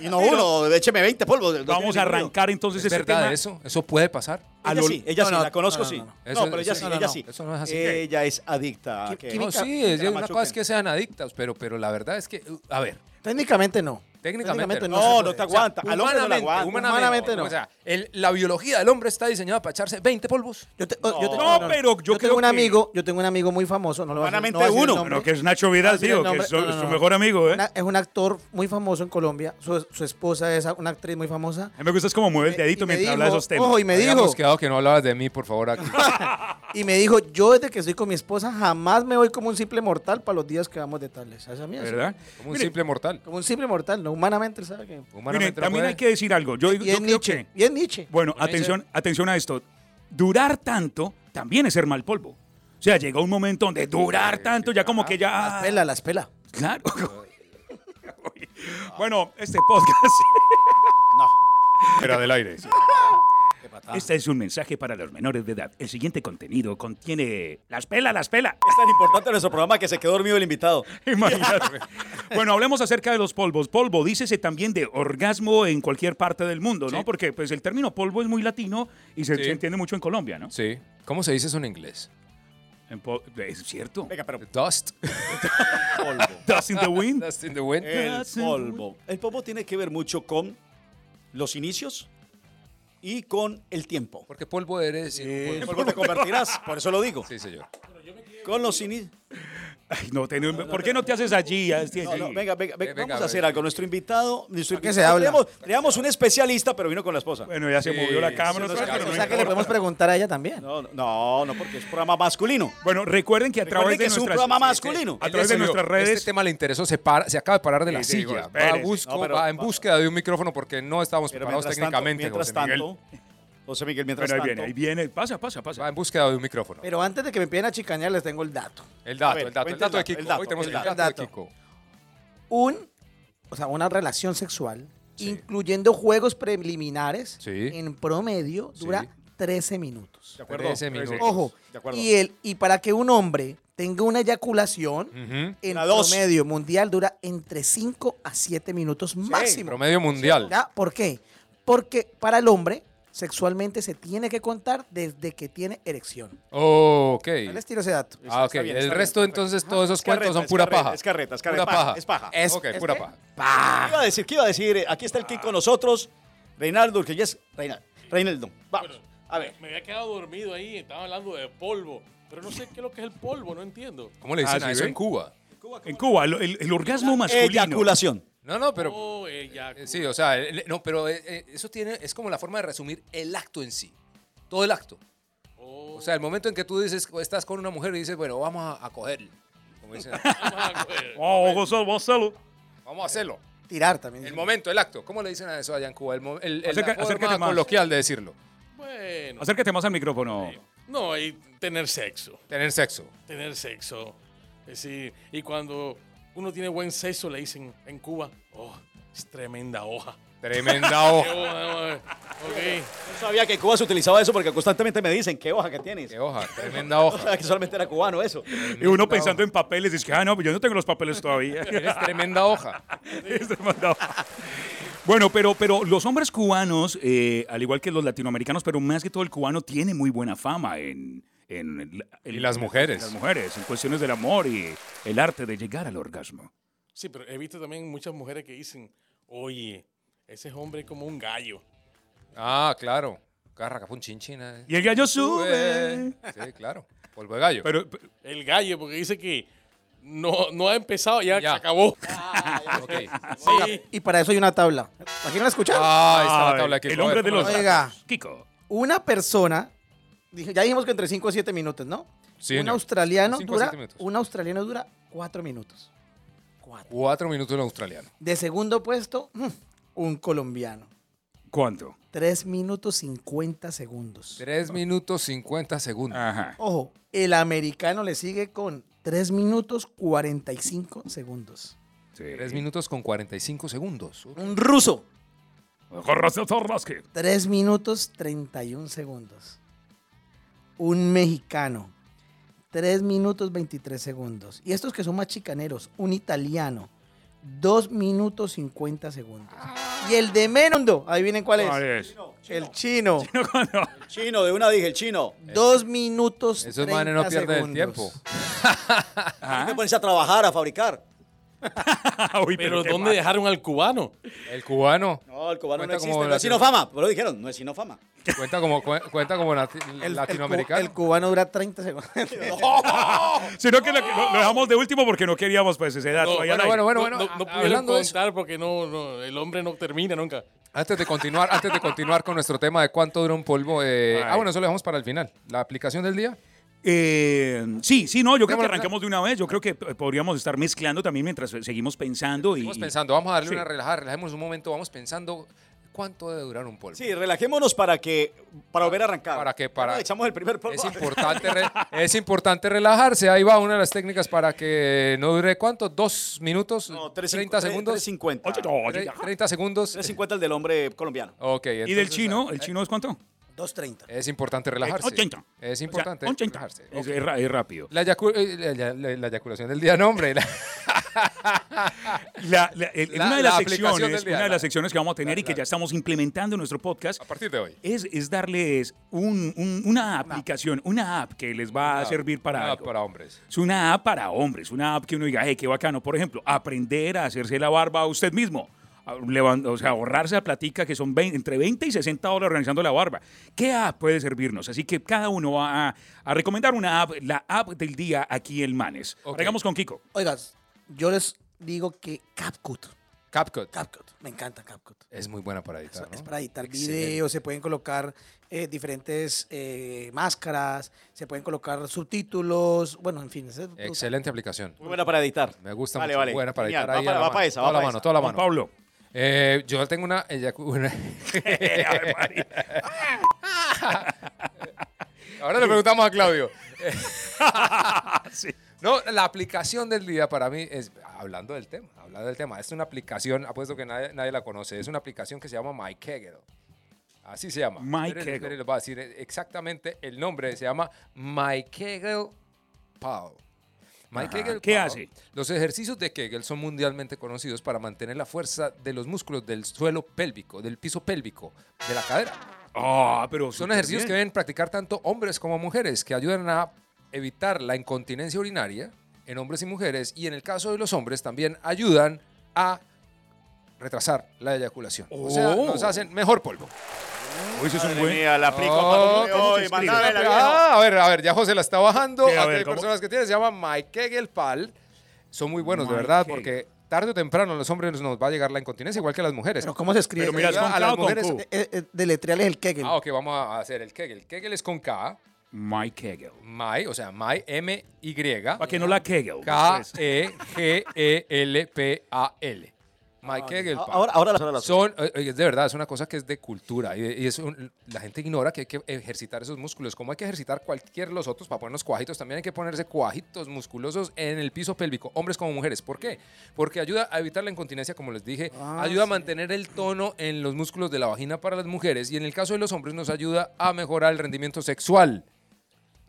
Speaker 8: Y no uno, écheme 20 polvos. no
Speaker 7: Vamos a
Speaker 8: tiene ninguno.
Speaker 7: arrancar entonces
Speaker 6: ¿Es
Speaker 7: este
Speaker 6: verdad
Speaker 7: tema.
Speaker 6: eso? ¿Eso puede pasar?
Speaker 7: a
Speaker 8: Ella
Speaker 7: lo-
Speaker 8: sí, ella
Speaker 9: No,
Speaker 8: sí,
Speaker 9: no,
Speaker 8: la conozco,
Speaker 9: no, no,
Speaker 8: sí.
Speaker 9: no.
Speaker 8: No,
Speaker 6: Eso-
Speaker 8: pero ella
Speaker 6: eso-
Speaker 8: sí,
Speaker 6: no,
Speaker 9: no,
Speaker 8: ella
Speaker 9: no.
Speaker 8: sí.
Speaker 6: Eso no es así.
Speaker 8: Ella es adicta. a
Speaker 9: Qui-
Speaker 8: que-
Speaker 9: química-
Speaker 6: No, sí,
Speaker 8: que
Speaker 6: es-
Speaker 8: la
Speaker 6: una cosa es
Speaker 8: machuquen.
Speaker 6: que sean adictas, pero, pero la verdad es que, uh, a ver,
Speaker 9: Técnicamente no.
Speaker 6: Técnicamente
Speaker 9: Técnicamente
Speaker 6: no.
Speaker 9: se
Speaker 8: No, no
Speaker 9: puede.
Speaker 8: te aguanta.
Speaker 9: O sea,
Speaker 8: Al hombre no le
Speaker 6: Humanamente,
Speaker 8: aguanta.
Speaker 6: humanamente,
Speaker 9: Humanamente no.
Speaker 6: O sea, el- la biología del hombre está diseñada para echarse 20 polvos.
Speaker 9: yo te- yo te-
Speaker 7: No, pero yo creo
Speaker 9: tengo un
Speaker 7: que-
Speaker 9: amigo, yo tengo un amigo muy famoso, no lo voy a decir- no
Speaker 8: Humanamente
Speaker 9: voy a decir el
Speaker 8: uno.
Speaker 9: nombre.
Speaker 7: Pero que es Nacho Vidal,
Speaker 9: No voy a decir
Speaker 7: tío,
Speaker 9: el
Speaker 7: que
Speaker 9: nombre.
Speaker 7: es su,
Speaker 9: No, no,
Speaker 7: su
Speaker 9: no.
Speaker 7: mejor amigo, ¿eh?
Speaker 9: Una- es un actor muy famoso en Colombia, su, su esposa es una actriz muy famosa.
Speaker 7: A mí me gusta es como mueve el
Speaker 9: Eh,
Speaker 7: dedito
Speaker 9: y me
Speaker 7: mientras habla de
Speaker 9: dijo-
Speaker 7: esos temas.
Speaker 9: Ojo, y me
Speaker 6: Habíamos
Speaker 9: dijo,
Speaker 6: quedado que no hablabas de mí, por favor, aquí.
Speaker 9: y me dijo, yo desde que estoy con mi esposa jamás me voy como un simple mortal para los días que vamos de tales. ¿Sabes a mí eso?
Speaker 7: ¿Verdad?
Speaker 6: Como un
Speaker 7: Mire,
Speaker 6: simple mortal.
Speaker 9: Como un simple mortal, no humanamente, él ¿sabe que
Speaker 7: mire,
Speaker 6: Humanamente no
Speaker 7: también
Speaker 6: puede.
Speaker 7: hay que decir algo. Yo,
Speaker 9: Y
Speaker 7: yo
Speaker 9: es
Speaker 7: creo
Speaker 9: Nietzsche,
Speaker 7: que-
Speaker 9: y es Nietzsche.
Speaker 7: Bueno, atención, atención a esto. Durar tanto también es ser mal polvo. O sea, llega un momento donde durar tanto ya como que ya...
Speaker 9: Pela, Ah, las pela.
Speaker 7: Claro. bueno, este podcast...
Speaker 6: Era del aire.
Speaker 7: este es un mensaje para los menores de edad. El siguiente contenido contiene... Las pelas, las pelas.
Speaker 8: Es tan importante nuestro programa que se quedó dormido el invitado.
Speaker 7: Imagínate. bueno, hablemos acerca de los polvos. Polvo, dícese también de orgasmo en cualquier parte del mundo, ¿no? Porque pues el término polvo es muy latino y se,
Speaker 6: Sí.
Speaker 7: se entiende mucho en Colombia, ¿no?
Speaker 6: Sí. ¿Cómo se dice eso en inglés?
Speaker 7: En pol- es cierto.
Speaker 8: Venga, pero
Speaker 6: Dust.
Speaker 8: polvo.
Speaker 7: Dust in the wind.
Speaker 6: Dust in the wind.
Speaker 8: El
Speaker 7: That's-
Speaker 8: polvo. El polvo tiene que ver mucho con los inicios y con el tiempo.
Speaker 6: Porque polvo eres. y no
Speaker 8: En
Speaker 6: puedes-
Speaker 8: polvo te convertirás, por eso lo digo.
Speaker 6: Sí, señor.
Speaker 8: Con los inicios.
Speaker 7: Ay, no, ten- ¿Por qué no te haces allí? Hazte
Speaker 8: No,
Speaker 7: allí.
Speaker 8: no, venga, venga, venga,
Speaker 6: venga,
Speaker 8: vamos a hacer
Speaker 6: venga.
Speaker 8: algo. Nuestro invitado, nuestro
Speaker 9: ¿Para qué
Speaker 8: invitado-
Speaker 9: se habla?
Speaker 8: Teníamos, teníamos un especialista, pero vino con la esposa.
Speaker 7: Bueno, ya se
Speaker 6: Sí,
Speaker 7: movió la cámara.
Speaker 6: se nos
Speaker 7: otra vez,
Speaker 6: escapó.
Speaker 7: pero
Speaker 9: O
Speaker 7: no
Speaker 9: sea que le
Speaker 7: importa.
Speaker 9: podemos preguntar a ella también.
Speaker 8: No, no, no, no, porque es un programa masculino.
Speaker 7: Bueno, recuerden que a
Speaker 8: Recuerden
Speaker 7: través
Speaker 8: que
Speaker 7: de
Speaker 8: es un
Speaker 7: nuestras...
Speaker 8: programa masculino.
Speaker 7: A
Speaker 6: Él
Speaker 7: través de
Speaker 6: decidió,
Speaker 7: nuestras redes...
Speaker 6: Este tema le interesó, se, para- se acaba de parar de la
Speaker 7: Sí, digo,
Speaker 6: silla. Va, a
Speaker 7: espérese.
Speaker 6: busco-
Speaker 8: No, pero-
Speaker 6: va en búsqueda de un micrófono porque no estábamos
Speaker 8: Pero
Speaker 6: preparados
Speaker 8: mientras tanto,
Speaker 6: técnicamente.
Speaker 8: mientras
Speaker 6: José Miguel.
Speaker 8: tanto, José Miguel, mientras
Speaker 7: Bueno, ahí viene,
Speaker 8: tanto.
Speaker 7: ahí viene. Pasa, pasa,
Speaker 6: Va
Speaker 7: pasa.
Speaker 6: en búsqueda de un micrófono.
Speaker 9: Pero antes de que me empiecen a chicañar, les tengo el dato.
Speaker 6: El dato,
Speaker 8: A ver,
Speaker 6: el dato, el
Speaker 8: cuente
Speaker 6: dato de
Speaker 8: el dato,
Speaker 6: Kiko.
Speaker 8: el dato,
Speaker 6: Hoy tenemos el
Speaker 8: el
Speaker 6: dato,
Speaker 9: dato.
Speaker 6: de Kiko.
Speaker 9: un, o sea, una relación sexual, incluyendo juegos preliminares,
Speaker 6: Sí.
Speaker 9: en promedio dura
Speaker 6: Sí.
Speaker 9: 13 minutos.
Speaker 8: ¿De acuerdo?
Speaker 6: 13 minutos.
Speaker 9: Ojo,
Speaker 8: De acuerdo.
Speaker 9: y, el, y para que un hombre tenga una eyaculación,
Speaker 6: Ujú.
Speaker 9: en
Speaker 8: Una dos.
Speaker 9: promedio mundial dura entre 5 a 7 minutos máximo.
Speaker 6: Promedio mundial.
Speaker 9: ¿Ya? ¿Por qué? Porque para el hombre, sexualmente se tiene que contar desde que tiene erección.
Speaker 6: Ok.
Speaker 9: No les tiro ese dato.
Speaker 6: Ah, ok.
Speaker 8: Está bien,
Speaker 6: el
Speaker 8: está
Speaker 6: resto, entonces, todos esos
Speaker 8: Es carreta,
Speaker 6: cuentos son
Speaker 8: es
Speaker 6: pura
Speaker 8: carreta,
Speaker 6: paja.
Speaker 8: es carreta, es carreta,
Speaker 6: Pura
Speaker 8: paja,
Speaker 6: paja.
Speaker 8: es paja.
Speaker 6: Es, ok,
Speaker 9: es
Speaker 6: pura
Speaker 9: que-
Speaker 6: paja. Ah.
Speaker 8: ¿Qué iba a decir? ¿Qué iba a decir? Eh, Aquí está el Kiko con nosotros. Reinaldo, que ya es Reinaldo. Reinaldo, vamos. A ver.
Speaker 10: Me había quedado dormido ahí, estaba hablando de polvo. Pero no sé qué es lo que es el polvo, no entiendo.
Speaker 6: ¿Cómo le dicen
Speaker 7: Ah,
Speaker 6: a
Speaker 7: ¿sí
Speaker 6: eso
Speaker 7: ve?
Speaker 6: en Cuba?
Speaker 7: En Cuba, el, el- el orgasmo masculino.
Speaker 8: Eyaculación.
Speaker 6: No, no, pero.
Speaker 10: Oh, eh, ya.
Speaker 6: Eh, Sí, o sea, el- el- no, pero eh, eh, eso tiene, es como la forma de resumir el acto en sí, todo el acto. O sea, el momento en que tú dices, o estás con una mujer y dices, bueno, vamos a, a cogerlo, como dicen,
Speaker 10: Ah, güey.
Speaker 7: Oh, Gonzalo, Gonzalo.
Speaker 6: vamos a hacerlo.
Speaker 9: Tirar también.
Speaker 6: El momento, el acto. ¿Cómo le dicen a eso allá en Cuba? El, mo- el- el-
Speaker 7: Acerca-
Speaker 6: la
Speaker 7: acércate
Speaker 6: forma
Speaker 7: más.
Speaker 6: coloquial de decirlo,
Speaker 10: Bueno.
Speaker 7: Acércate más al micrófono.
Speaker 10: No, y tener sexo.
Speaker 6: tener sexo.
Speaker 10: Tener sexo. Es decir, y cuando uno tiene buen sexo, le dicen en Cuba, oh, es tremenda hoja.
Speaker 6: Tremenda
Speaker 10: Qué
Speaker 6: hoja.
Speaker 10: hoja, eh, ok.
Speaker 8: No sabía que en Cuba se utilizaba eso porque constantemente me dicen, ¿qué hoja que tienes?
Speaker 6: Qué hoja, tremenda
Speaker 8: O
Speaker 6: hoja.
Speaker 8: sea, que solamente era cubano eso.
Speaker 7: Y uno pensando en papeles, dice que, ah, no, yo no tengo los papeles todavía.
Speaker 6: Es tremenda hoja.
Speaker 7: Este mandado. Bueno, pero, pero los hombres cubanos, eh, al igual que los latinoamericanos, pero más que todo el cubano, tiene muy buena fama en... en el- el-
Speaker 6: Y las mujeres.
Speaker 7: Las mujeres, en cuestiones del amor y el arte de llegar al orgasmo.
Speaker 10: Sí, pero he visto también muchas mujeres que dicen, oye, ese es hombre es como un gallo.
Speaker 6: Ah, claro. Carra, capun, chinchina.
Speaker 7: Y el gallo sube.
Speaker 6: eh. Sí, claro. Polvo de gallo.
Speaker 7: Pero,
Speaker 10: El gallo, porque dice que no, no ha empezado, ya,
Speaker 6: Ya.
Speaker 10: se acabó.
Speaker 6: Ok.
Speaker 10: Sí.
Speaker 9: Y para eso hay una tabla. ¿Aquí no la escuchan?
Speaker 6: Ah, ahí está la tabla de Kiko.
Speaker 7: El
Speaker 6: A
Speaker 7: hombre
Speaker 6: ver,
Speaker 7: de los...
Speaker 9: Oiga.
Speaker 7: datos. Kiko.
Speaker 9: Una persona, dije- ya dijimos que entre 5 a 7 minutos, ¿no?
Speaker 6: Sí,
Speaker 9: un
Speaker 6: señor.
Speaker 9: australiano
Speaker 6: Cinco a
Speaker 9: dura,
Speaker 6: siete minutos.
Speaker 9: un australiano dura 4 minutos.
Speaker 6: Cuatro minutos en australiano.
Speaker 9: De segundo puesto, mm, un colombiano.
Speaker 7: ¿Cuánto?
Speaker 9: 3 minutos 50 segundos.
Speaker 6: 3 minutos 50 segundos.
Speaker 7: Ajá.
Speaker 9: Ojo, el americano le sigue con 3 minutos 45 segundos.
Speaker 7: Sí.
Speaker 6: 3 minutos con 45 segundos.
Speaker 9: Un ruso,
Speaker 7: Jorge Torraski.
Speaker 9: 3 minutos 31 segundos. Un mexicano, 3 minutos 23 segundos. Y estos que son más chicaneros, un italiano, 2 minutos 50 segundos. Y el de Menondo, adivinen cuál es.
Speaker 7: ¿Cuál es?
Speaker 9: El chino,
Speaker 8: Chino, de una dije, el chino.
Speaker 9: 2 minutos
Speaker 6: Esos
Speaker 9: 30
Speaker 6: manes no pierden el
Speaker 9: segundos.
Speaker 6: tiempo.
Speaker 9: Ah.
Speaker 8: Te pones a trabajar, a fabricar.
Speaker 7: Uy,
Speaker 10: pero,
Speaker 7: qué
Speaker 10: ¿dónde
Speaker 7: mal.
Speaker 10: dejaron al cubano?
Speaker 6: El cubano.
Speaker 8: No, el cubano no
Speaker 6: Cuenta como
Speaker 8: existe. No
Speaker 6: la-
Speaker 8: es sinofama, pero lo dijeron, no es sinofama.
Speaker 6: Cuenta como, cu- cuenta como lati-
Speaker 9: El,
Speaker 6: latinoamericano.
Speaker 9: El, cu- el cubano dura 30 segundos.
Speaker 7: Sino que lo, lo- lo dejamos de último porque no queríamos pues ese dato. ahí al
Speaker 6: bueno,
Speaker 7: aire.
Speaker 6: bueno, bueno,
Speaker 10: no,
Speaker 6: bueno.
Speaker 10: no- no
Speaker 6: a-
Speaker 10: pudieron
Speaker 6: hablando de eso.
Speaker 10: contar porque no, no, el hombre no termina nunca.
Speaker 6: Antes de continuar, antes de continuar con nuestro tema de cuánto dura un polvo. eh, ah, bueno, eso lo dejamos para el final. La aplicación del día.
Speaker 7: Eh, sí, sí, no, yo creo que
Speaker 6: Démosle-
Speaker 7: arrancamos de una vez. Yo creo que eh, podríamos estar mezclando también mientras eh, seguimos pensando. Y,
Speaker 6: Vamos pensando, vamos a darle
Speaker 7: Sí.
Speaker 6: una relajada, relajemos un momento, vamos pensando cuánto debe durar un polvo.
Speaker 8: Sí, relajémonos para que para volver a arrancar.
Speaker 6: Para que para-
Speaker 8: Ya nos echamos el primer polvo.
Speaker 6: Es importante, re- es importante relajarse. Ahí va una de las técnicas para que no dure cuánto, dos minutos,
Speaker 8: No,
Speaker 10: eh,
Speaker 6: 30 segundos.
Speaker 8: 350.
Speaker 7: Oye, no, oye,
Speaker 6: Tre-
Speaker 7: ya.
Speaker 6: 30 segundos.
Speaker 8: 350 el del hombre colombiano.
Speaker 6: Ok.
Speaker 7: ¿Y del
Speaker 6: entonces,
Speaker 7: chino?
Speaker 6: ah,
Speaker 7: ¿El chino es cuánto?
Speaker 9: 2.30.
Speaker 6: Es
Speaker 10: Eh,
Speaker 6: importante relajarse.
Speaker 7: 80.
Speaker 6: Es
Speaker 7: O sea,
Speaker 6: importante
Speaker 7: 80.
Speaker 6: relajarse.
Speaker 7: Es, es ra- es rápido.
Speaker 6: La, eyacu- eh, la- la- la- la eyaculación del día, no, hombre. La-
Speaker 7: La- la- el-
Speaker 6: La-
Speaker 7: una de
Speaker 6: la
Speaker 7: las
Speaker 6: aplicación del
Speaker 7: secciones,
Speaker 6: día,
Speaker 7: una de
Speaker 6: la-
Speaker 7: las secciones que vamos a tener
Speaker 6: la-
Speaker 7: y que
Speaker 6: la-
Speaker 7: ya estamos implementando en nuestro podcast
Speaker 6: a partir de hoy.
Speaker 7: es, es darles un- un- una aplicación, una app que les va a servir para
Speaker 6: Ah,
Speaker 7: algo.
Speaker 6: para hombres.
Speaker 7: Es una app para hombres, una app que uno diga, hey, qué bacano. Por ejemplo, aprender a hacerse la barba a usted mismo. A- levan- O sea, ahorrarse la platica que son 20 entre 20 y 60 dólares organizando la barba. ¿Qué app puede servirnos? Así que cada uno va a, a recomendar una app, la app del día aquí en Manes.
Speaker 6: Ok.
Speaker 7: Regamos con Kiko.
Speaker 9: Oigas, yo les digo que CapCut.
Speaker 6: CapCut.
Speaker 9: CapCut. Me encanta CapCut.
Speaker 6: Es muy buena para
Speaker 9: Es,
Speaker 6: editar.
Speaker 9: es
Speaker 6: ¿no?
Speaker 9: para editar
Speaker 6: Excelente.
Speaker 9: videos, se pueden colocar eh, diferentes eh, máscaras, se pueden colocar subtítulos, bueno, en fin. ese es-
Speaker 6: Excelente aplicación.
Speaker 8: Muy buena para editar.
Speaker 6: Me gusta
Speaker 8: Vale,
Speaker 6: mucho.
Speaker 8: vale.
Speaker 6: Buena para
Speaker 8: Genial.
Speaker 6: editar
Speaker 8: Va
Speaker 6: ahí. a
Speaker 8: para-
Speaker 6: la
Speaker 8: va
Speaker 6: mano.
Speaker 8: para esa, va
Speaker 6: Toda la
Speaker 8: para
Speaker 6: mano,
Speaker 8: esa.
Speaker 6: toda la
Speaker 7: Juan
Speaker 6: mano.
Speaker 7: Pablo.
Speaker 6: Eh, yo tengo una eyacu- una-
Speaker 7: Ave María.
Speaker 6: Ahora le preguntamos a Claudio.
Speaker 7: Sí.
Speaker 6: No, la aplicación del día para mí es, hablando del tema, hablando del tema, es una aplicación, apuesto que nadie, nadie la conoce, es una aplicación que se llama My Kegel. Así se llama.
Speaker 7: My
Speaker 6: Esperen,
Speaker 7: Kegel.
Speaker 6: esperen, Les voy a decir exactamente el nombre, se llama My Kegel Pal. My
Speaker 7: Ajá,
Speaker 6: Kegel
Speaker 7: ¿qué
Speaker 6: Pal.
Speaker 7: hace?
Speaker 6: Los ejercicios de Kegel son mundialmente conocidos para mantener la fuerza de los músculos del suelo pélvico, del piso pélvico, de la cadera.
Speaker 7: Ah, pero
Speaker 6: Son
Speaker 7: súper
Speaker 6: ejercicios que
Speaker 7: bien.
Speaker 6: deben practicar tanto hombres como mujeres, que ayudan a evitar la incontinencia urinaria en hombres y mujeres, y en el caso de los hombres también ayudan a retrasar la eyaculación. O sea,
Speaker 7: Oh.
Speaker 6: nos hacen mejor polvo.
Speaker 7: Oh, eso es un
Speaker 8: Madre
Speaker 7: buen-
Speaker 8: mía, la aplico
Speaker 6: Oh,
Speaker 8: para
Speaker 6: ¿cómo
Speaker 8: hoy,
Speaker 6: se escribe?
Speaker 8: mandámela, viejo.
Speaker 6: Ah, a ver, a ver, ya José la está bajando.
Speaker 7: Sí, a
Speaker 6: Aquí
Speaker 7: ver,
Speaker 6: hay
Speaker 7: ¿cómo?
Speaker 6: personas que tienen, se llama Mike Kegel Pal. Son muy buenos, de
Speaker 7: Mike
Speaker 6: verdad,
Speaker 7: Kegel.
Speaker 6: porque tarde o temprano a los hombres nos va a llegar la incontinencia, igual que a las mujeres.
Speaker 9: Pero ¿cómo se escribe?
Speaker 7: Pero mira, es
Speaker 6: a
Speaker 7: con
Speaker 6: las
Speaker 7: K o con
Speaker 6: mujeres-
Speaker 7: Q.
Speaker 9: Eh, eh, eh, deletrearles el Kegel.
Speaker 6: Ah, ok, vamos a hacer el Kegel. Kegel es con K,
Speaker 7: My Kegel.
Speaker 6: My, o sea, My, M-Y.
Speaker 7: Para que no la Kegel. pues.
Speaker 6: E, K-E-G-E-L-P-A-L. Mike Kegel.
Speaker 8: Ah, Ahora, ahora las- ahora las-
Speaker 6: Son, eh, eh, es de verdad, es una cosa que es de cultura. Y, de- y es un- la gente ignora que hay que ejercitar esos músculos. Como hay que ejercitar cualquier los otros para ponernos cuajitos, también hay que ponerse cuajitos musculosos en el piso pélvico, hombres como mujeres. ¿Por qué? Porque ayuda a evitar la incontinencia, como les dije, ayuda a mantener el tono en los músculos de la vagina para las mujeres y en el caso de los hombres nos ayuda a mejorar el rendimiento sexual.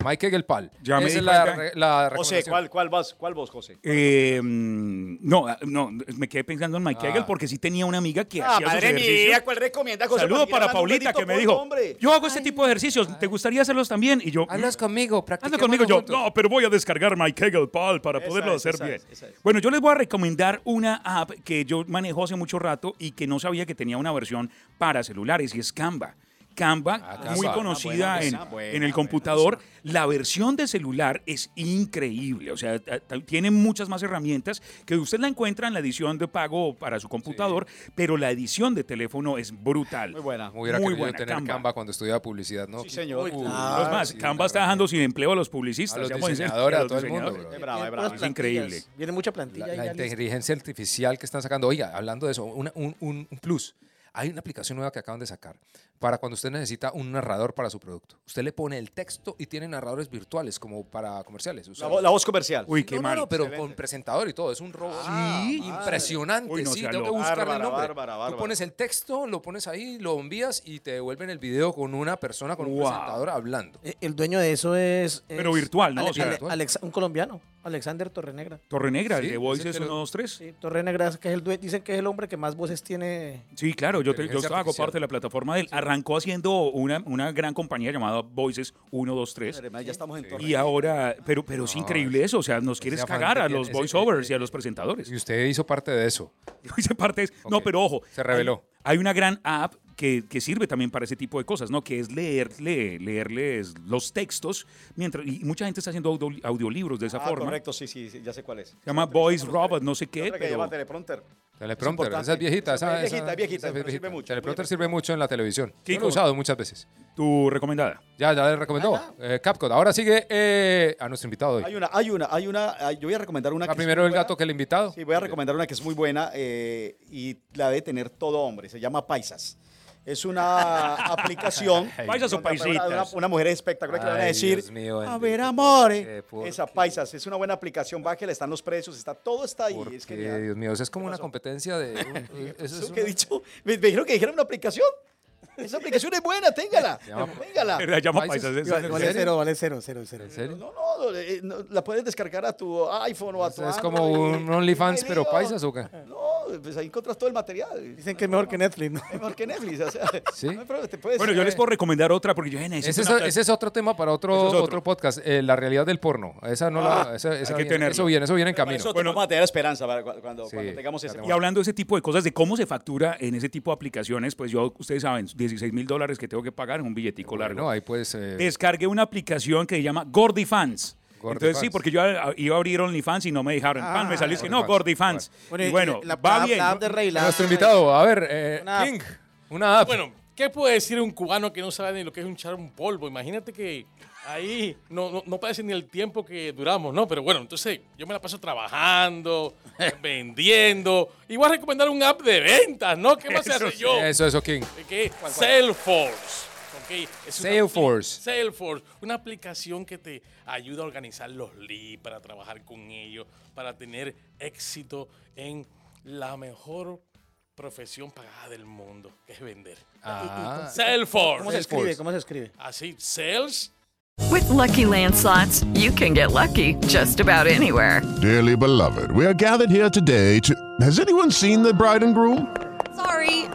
Speaker 6: Mike Kegel Pal.
Speaker 7: Ya me
Speaker 6: Esa
Speaker 7: di
Speaker 6: es la,
Speaker 7: cuenta.
Speaker 6: re- la
Speaker 8: José,
Speaker 6: recomendación.
Speaker 8: ¿cuál, cuál, vas, ¿cuál vos, José?
Speaker 7: Eh, mm, no, ah, no, me quedé pensando en Mike Kegel porque sí tenía una amiga que hacía esos ejercicios.
Speaker 8: Ah, ¿cuál recomienda
Speaker 7: Saludo
Speaker 8: Paulina?
Speaker 7: para
Speaker 8: Manda un
Speaker 7: Paulita
Speaker 8: dedito,
Speaker 7: que me
Speaker 8: por
Speaker 7: dijo,
Speaker 8: hombre. Ah,
Speaker 7: yo hago este tipo de ejercicios, ¿te gustaría hacerlos también? Y yo,
Speaker 6: Hazlos
Speaker 7: "Mm,
Speaker 6: conmigo,
Speaker 7: hazlo
Speaker 6: practiquemos
Speaker 7: conmigo. Yo,
Speaker 6: juntos.
Speaker 7: no, pero voy a descargar My Kegel Pal para
Speaker 8: Esa
Speaker 7: poderlo
Speaker 8: es,
Speaker 7: hacer
Speaker 8: esa
Speaker 7: bien.
Speaker 8: es, esa es.
Speaker 7: Bueno, yo les voy a recomendar una app que yo manejo hace mucho rato y que no sabía que tenía una versión para celulares y es Canva.
Speaker 8: Ah,
Speaker 7: Canva,
Speaker 6: Canva.
Speaker 7: muy
Speaker 6: Buena,
Speaker 7: conocida
Speaker 8: pues buena,
Speaker 7: en,
Speaker 8: buena,
Speaker 7: en el
Speaker 8: buena,
Speaker 7: computador. La versión de celular es increíble, o sea, t- t- tiene muchas más herramientas que usted la encuentra en la edición de pago para su computador, pero la edición de teléfono es brutal.
Speaker 8: Muy buena.
Speaker 6: Hubiera
Speaker 7: Muy
Speaker 6: querido
Speaker 7: buena,
Speaker 6: tener Canva.
Speaker 7: Canva.
Speaker 6: cuando estudiaba publicidad, ¿no?
Speaker 8: Sí, señor.
Speaker 6: Uy,
Speaker 7: No es más,
Speaker 6: Ah, sí,
Speaker 7: Canva está
Speaker 6: la
Speaker 7: dejando
Speaker 6: verdad.
Speaker 7: sin empleo a los
Speaker 6: a
Speaker 7: publicistas.
Speaker 6: los
Speaker 7: ya pueden ser-
Speaker 6: diseñadores,
Speaker 7: a
Speaker 6: a
Speaker 7: los
Speaker 6: todo el
Speaker 7: diseñadores.
Speaker 6: mundo.
Speaker 8: Es
Speaker 6: bro.
Speaker 8: bravo, es
Speaker 9: Tienen puras
Speaker 8: bravo.
Speaker 7: Es
Speaker 9: plantillas,
Speaker 7: increíble.
Speaker 9: Viene mucha
Speaker 6: La,
Speaker 9: plantilla. ahí
Speaker 6: la
Speaker 9: ya lista.
Speaker 6: inteligencia artificial que están sacando. Oiga, hablando de eso, una- un, un- un plus. Hay una aplicación nueva que acaban de sacar para cuando usted necesita un narrador para su producto. Usted le pone el texto y tiene narradores virtuales como para comerciales. O sea,
Speaker 8: La, vo- la voz comercial.
Speaker 7: Uy, qué
Speaker 6: no, no,
Speaker 7: mal. Ah,
Speaker 6: no, pero con presentador y todo. Es un robot impresionante.
Speaker 7: Uy, no
Speaker 6: sí,
Speaker 7: sea
Speaker 6: tengo que
Speaker 7: loco.
Speaker 6: buscarle el
Speaker 8: Bárbara,
Speaker 6: nombre.
Speaker 8: bárbara,
Speaker 6: Tú
Speaker 8: bárbara.
Speaker 6: pones el texto, lo pones ahí, lo envías y te devuelven el video con una persona, con un
Speaker 7: Wow.
Speaker 6: presentador hablando.
Speaker 9: Eh, El dueño de eso es.
Speaker 7: Pero
Speaker 9: es
Speaker 7: virtual, ¿no?
Speaker 9: Ale-
Speaker 7: O sea,
Speaker 9: Ale-
Speaker 6: virtual.
Speaker 9: Alexa- un colombiano. Alexander Torrenegra.
Speaker 7: Torrenegra, el
Speaker 9: Sí,
Speaker 7: de Voice
Speaker 9: ese
Speaker 7: es
Speaker 9: que lo-
Speaker 7: 1, 2, 3.
Speaker 9: Sí, Torrenegra, que es el due- dicen que es el hombre que más voces tiene.
Speaker 7: Sí, claro, yo, te- yo
Speaker 9: Inteligencia
Speaker 7: hago
Speaker 9: artificial.
Speaker 7: parte de la plataforma de él. Arrancó haciendo una, una gran compañía llamada Voices 1, 2, 3.
Speaker 8: Además, ya estamos en torno.
Speaker 7: Y ahora, pero, pero es increíble eso, o sea, nos quieres
Speaker 6: afán
Speaker 7: cagar
Speaker 6: que
Speaker 7: a
Speaker 6: tiene,
Speaker 7: los
Speaker 6: ese-
Speaker 7: voiceovers y a los presentadores.
Speaker 6: Y usted hizo parte de eso.
Speaker 7: Yo hice parte de eso. No, pero ojo.
Speaker 6: Se reveló.
Speaker 7: Hay, hay una gran app que, que sirve también para ese tipo de cosas, ¿no? Que es leer, leer, leerles los textos. mientras Y mucha gente está haciendo audio- audiolibros de esa
Speaker 8: Ah,
Speaker 7: forma.
Speaker 8: correcto, sí, sí, sí, ya sé cuál es.
Speaker 7: Se llama Voice Robot, no sé qué,
Speaker 8: Otra que
Speaker 7: pero...
Speaker 8: llama teleprompter.
Speaker 6: Teleprompter,
Speaker 8: importante.
Speaker 6: esa es viejita.
Speaker 8: Esa
Speaker 6: ah, Esa,
Speaker 8: es viejita,
Speaker 6: esa-
Speaker 8: es viejita,
Speaker 6: esa
Speaker 8: pero sirve mucho, muy
Speaker 6: Teleprompter
Speaker 8: bien.
Speaker 6: sirve mucho en la televisión. Yo lo
Speaker 7: Kiko.
Speaker 6: he usado muchas veces.
Speaker 7: ¿Tu recomendada?
Speaker 6: Ya, ya le recomendó. Eh, Capcom. Ahora sigue eh, a nuestro invitado hoy.
Speaker 8: Ah, Hay una, hay una, hay una. ah, Yo voy a recomendar una.
Speaker 6: Va primero el gato que el invitado.
Speaker 8: Sí, voy a recomendar una que es muy buena eh, y la debe tener todo hombre. Se llama Paisas. Es una aplicación.
Speaker 7: Paisas o
Speaker 8: donde habrá
Speaker 7: paisitas.
Speaker 8: Una, una mujer espectacular que le van a
Speaker 7: Ay,
Speaker 8: decir.
Speaker 7: Dios mío,
Speaker 8: a
Speaker 7: bendito.
Speaker 8: ver, amores.
Speaker 6: Eh, ¿por
Speaker 8: Esa Paisas es una buena aplicación. Bájela, están los precios, está todo está ahí. Es
Speaker 6: Que,
Speaker 8: genial.
Speaker 6: Dios mío, eso es como una competencia de. un- eh, eso es
Speaker 8: ¿Qué he
Speaker 6: una-
Speaker 8: dicho? Me, me dijeron que dijeron una aplicación. Esa aplicación es buena, téngala.
Speaker 6: llama-
Speaker 8: téngala.
Speaker 7: La llama Paisas, ¿es en
Speaker 9: Vale
Speaker 7: serio?
Speaker 9: cero, vale cero, cero, cero.
Speaker 8: No, no, eh, no, la puedes descargar a tu iPhone o a tu
Speaker 6: Es
Speaker 8: Android.
Speaker 6: como un OnlyFans, pero
Speaker 8: lío.
Speaker 6: paisas o qué?
Speaker 8: No, pues ahí encontras todo el material.
Speaker 9: Dicen que es mejor que Netflix, ¿no?
Speaker 8: Es mejor que Netflix. O sea,
Speaker 6: Sí.
Speaker 8: no hay problema, te puedes-
Speaker 7: Bueno, yo les puedo recomendar otra porque yo...
Speaker 6: Ese es, ese es otro tema para otro,
Speaker 7: Eso es
Speaker 6: otro.
Speaker 7: otro.
Speaker 6: podcast. eh, la realidad del porno. Esa no la. Esa, esa
Speaker 7: hay que
Speaker 6: viene-
Speaker 7: tenerlo.
Speaker 6: eso viene, eso viene en
Speaker 8: Para
Speaker 6: camino.
Speaker 8: Eso bueno, vamos a tener esperanza para cu- cuando, cuando tengamos ese.
Speaker 7: Y hablando de ese tipo de cosas, de cómo se factura en ese tipo de aplicaciones, pues yo, ustedes saben, 16 mil dólares que tengo que pagar en un billetico largo.
Speaker 6: No, ahí puedes. eh,
Speaker 7: Descargué una aplicación que se llama GordyFans. Entonces sí,
Speaker 6: Fans.
Speaker 7: porque yo a- a- iba a abrir OnlyFans y no me dejaron. Pan, me salí que no, GordyFans.
Speaker 9: Bueno,
Speaker 7: y
Speaker 9: y
Speaker 7: bueno,
Speaker 9: la-
Speaker 7: va
Speaker 9: la-
Speaker 7: bien.
Speaker 9: la app de Rey, la
Speaker 6: nuestro
Speaker 9: app de Rey.
Speaker 6: invitado, a ver, eh,
Speaker 9: Una app.
Speaker 6: King, una app.
Speaker 10: Bueno, ¿qué puede decir un cubano que no sabe ni lo que es un char un polvo? Imagínate que ahí no, no, no parece ni el tiempo que duramos, ¿no? Pero bueno, entonces yo me la paso trabajando, vendiendo. Y voy a recomendar un app de ventas, ¿no? ¿Qué más se hace yo?
Speaker 6: Eso, eso, King.
Speaker 10: ¿Qué? Salesforce. ¿ok? Es una apli-
Speaker 6: Salesforce.
Speaker 10: Salesforce, una aplicación que te ayuda a organizar los leads, para trabajar con ellos, para tener éxito en la mejor profesión pagada del mundo, que es vender.
Speaker 6: Ah.
Speaker 10: Salesforce.
Speaker 9: ¿Cómo se escribe? ¿Cómo se escribe?
Speaker 10: Así, sales.
Speaker 3: With Lucky Land slots, you can get lucky just about anywhere.
Speaker 11: Dearly beloved, we are gathered here today to. Has anyone seen the bride and groom?
Speaker 12: Sorry,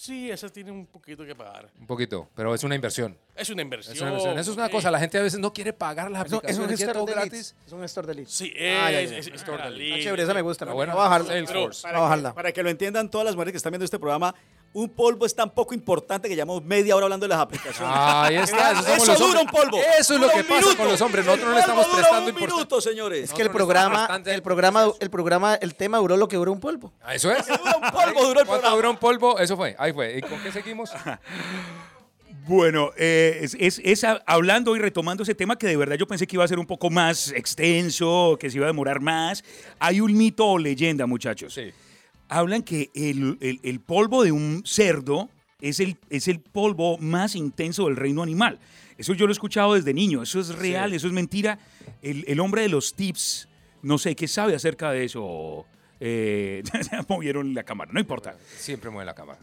Speaker 10: Sí, esa tiene un poquito que pagar.
Speaker 6: un poquito, pero es una inversión.
Speaker 10: Es una inversión.
Speaker 6: Es una inversión. Eso es una
Speaker 10: ok.
Speaker 6: cosa, la gente a veces no quiere pagar las
Speaker 9: Es un, es un
Speaker 6: aplicaciones, quiere
Speaker 9: gestor
Speaker 6: todo
Speaker 9: de
Speaker 6: gratis.
Speaker 9: leads. Es un gestor de leads.
Speaker 10: Sí,
Speaker 9: Ah, ya,
Speaker 10: es,
Speaker 9: ya.
Speaker 10: es- es para
Speaker 9: Está
Speaker 10: leads.
Speaker 9: chévere, esa me gusta. me
Speaker 6: La buena
Speaker 9: gusta. Voy a bajarla.
Speaker 6: Salesforce.
Speaker 9: Voy
Speaker 8: Para
Speaker 9: a bajarla.
Speaker 8: que, para que lo entiendan todas las mujeres que están viendo este programa, un polvo es tan poco importante que llevamos media hora hablando de las aplicaciones.
Speaker 6: Ah, Ahí está, eso somos los
Speaker 8: dura un
Speaker 6: hombres.
Speaker 8: polvo.
Speaker 6: Eso es lo
Speaker 8: Dura
Speaker 6: que
Speaker 8: un
Speaker 6: pasa con
Speaker 8: minuto.
Speaker 6: los hombres, nosotros no le
Speaker 8: El
Speaker 6: estamos
Speaker 8: polvo dura
Speaker 6: prestando
Speaker 8: un
Speaker 6: importancia.
Speaker 8: minuto, señores.
Speaker 9: Es que el
Speaker 6: Nosotros le estamos
Speaker 9: programa,
Speaker 6: prestando
Speaker 9: el programa, el programa, el tema duró lo que duró un polvo.
Speaker 6: Ah, Eso es.
Speaker 8: Dura un polvo, dura
Speaker 6: ¿Cuánto
Speaker 8: el programa.
Speaker 6: dura un polvo? Eso fue, ahí fue. ¿Y con qué seguimos?
Speaker 7: Bueno, eh, es, es- es a- hablando y retomando ese tema que de verdad yo pensé que iba a ser un poco más extenso, que se iba a demorar más. Hay un mito o leyenda, muchachos. Hablan que el, el- el polvo de un cerdo es el, es el polvo más intenso del reino animal. Eso yo lo he escuchado desde niño. Eso es real, eso es mentira. El, el hombre de los tips, no sé qué sabe acerca de eso. Eh, ya movieron la cámara, no importa.
Speaker 6: Siempre mueve la cámara.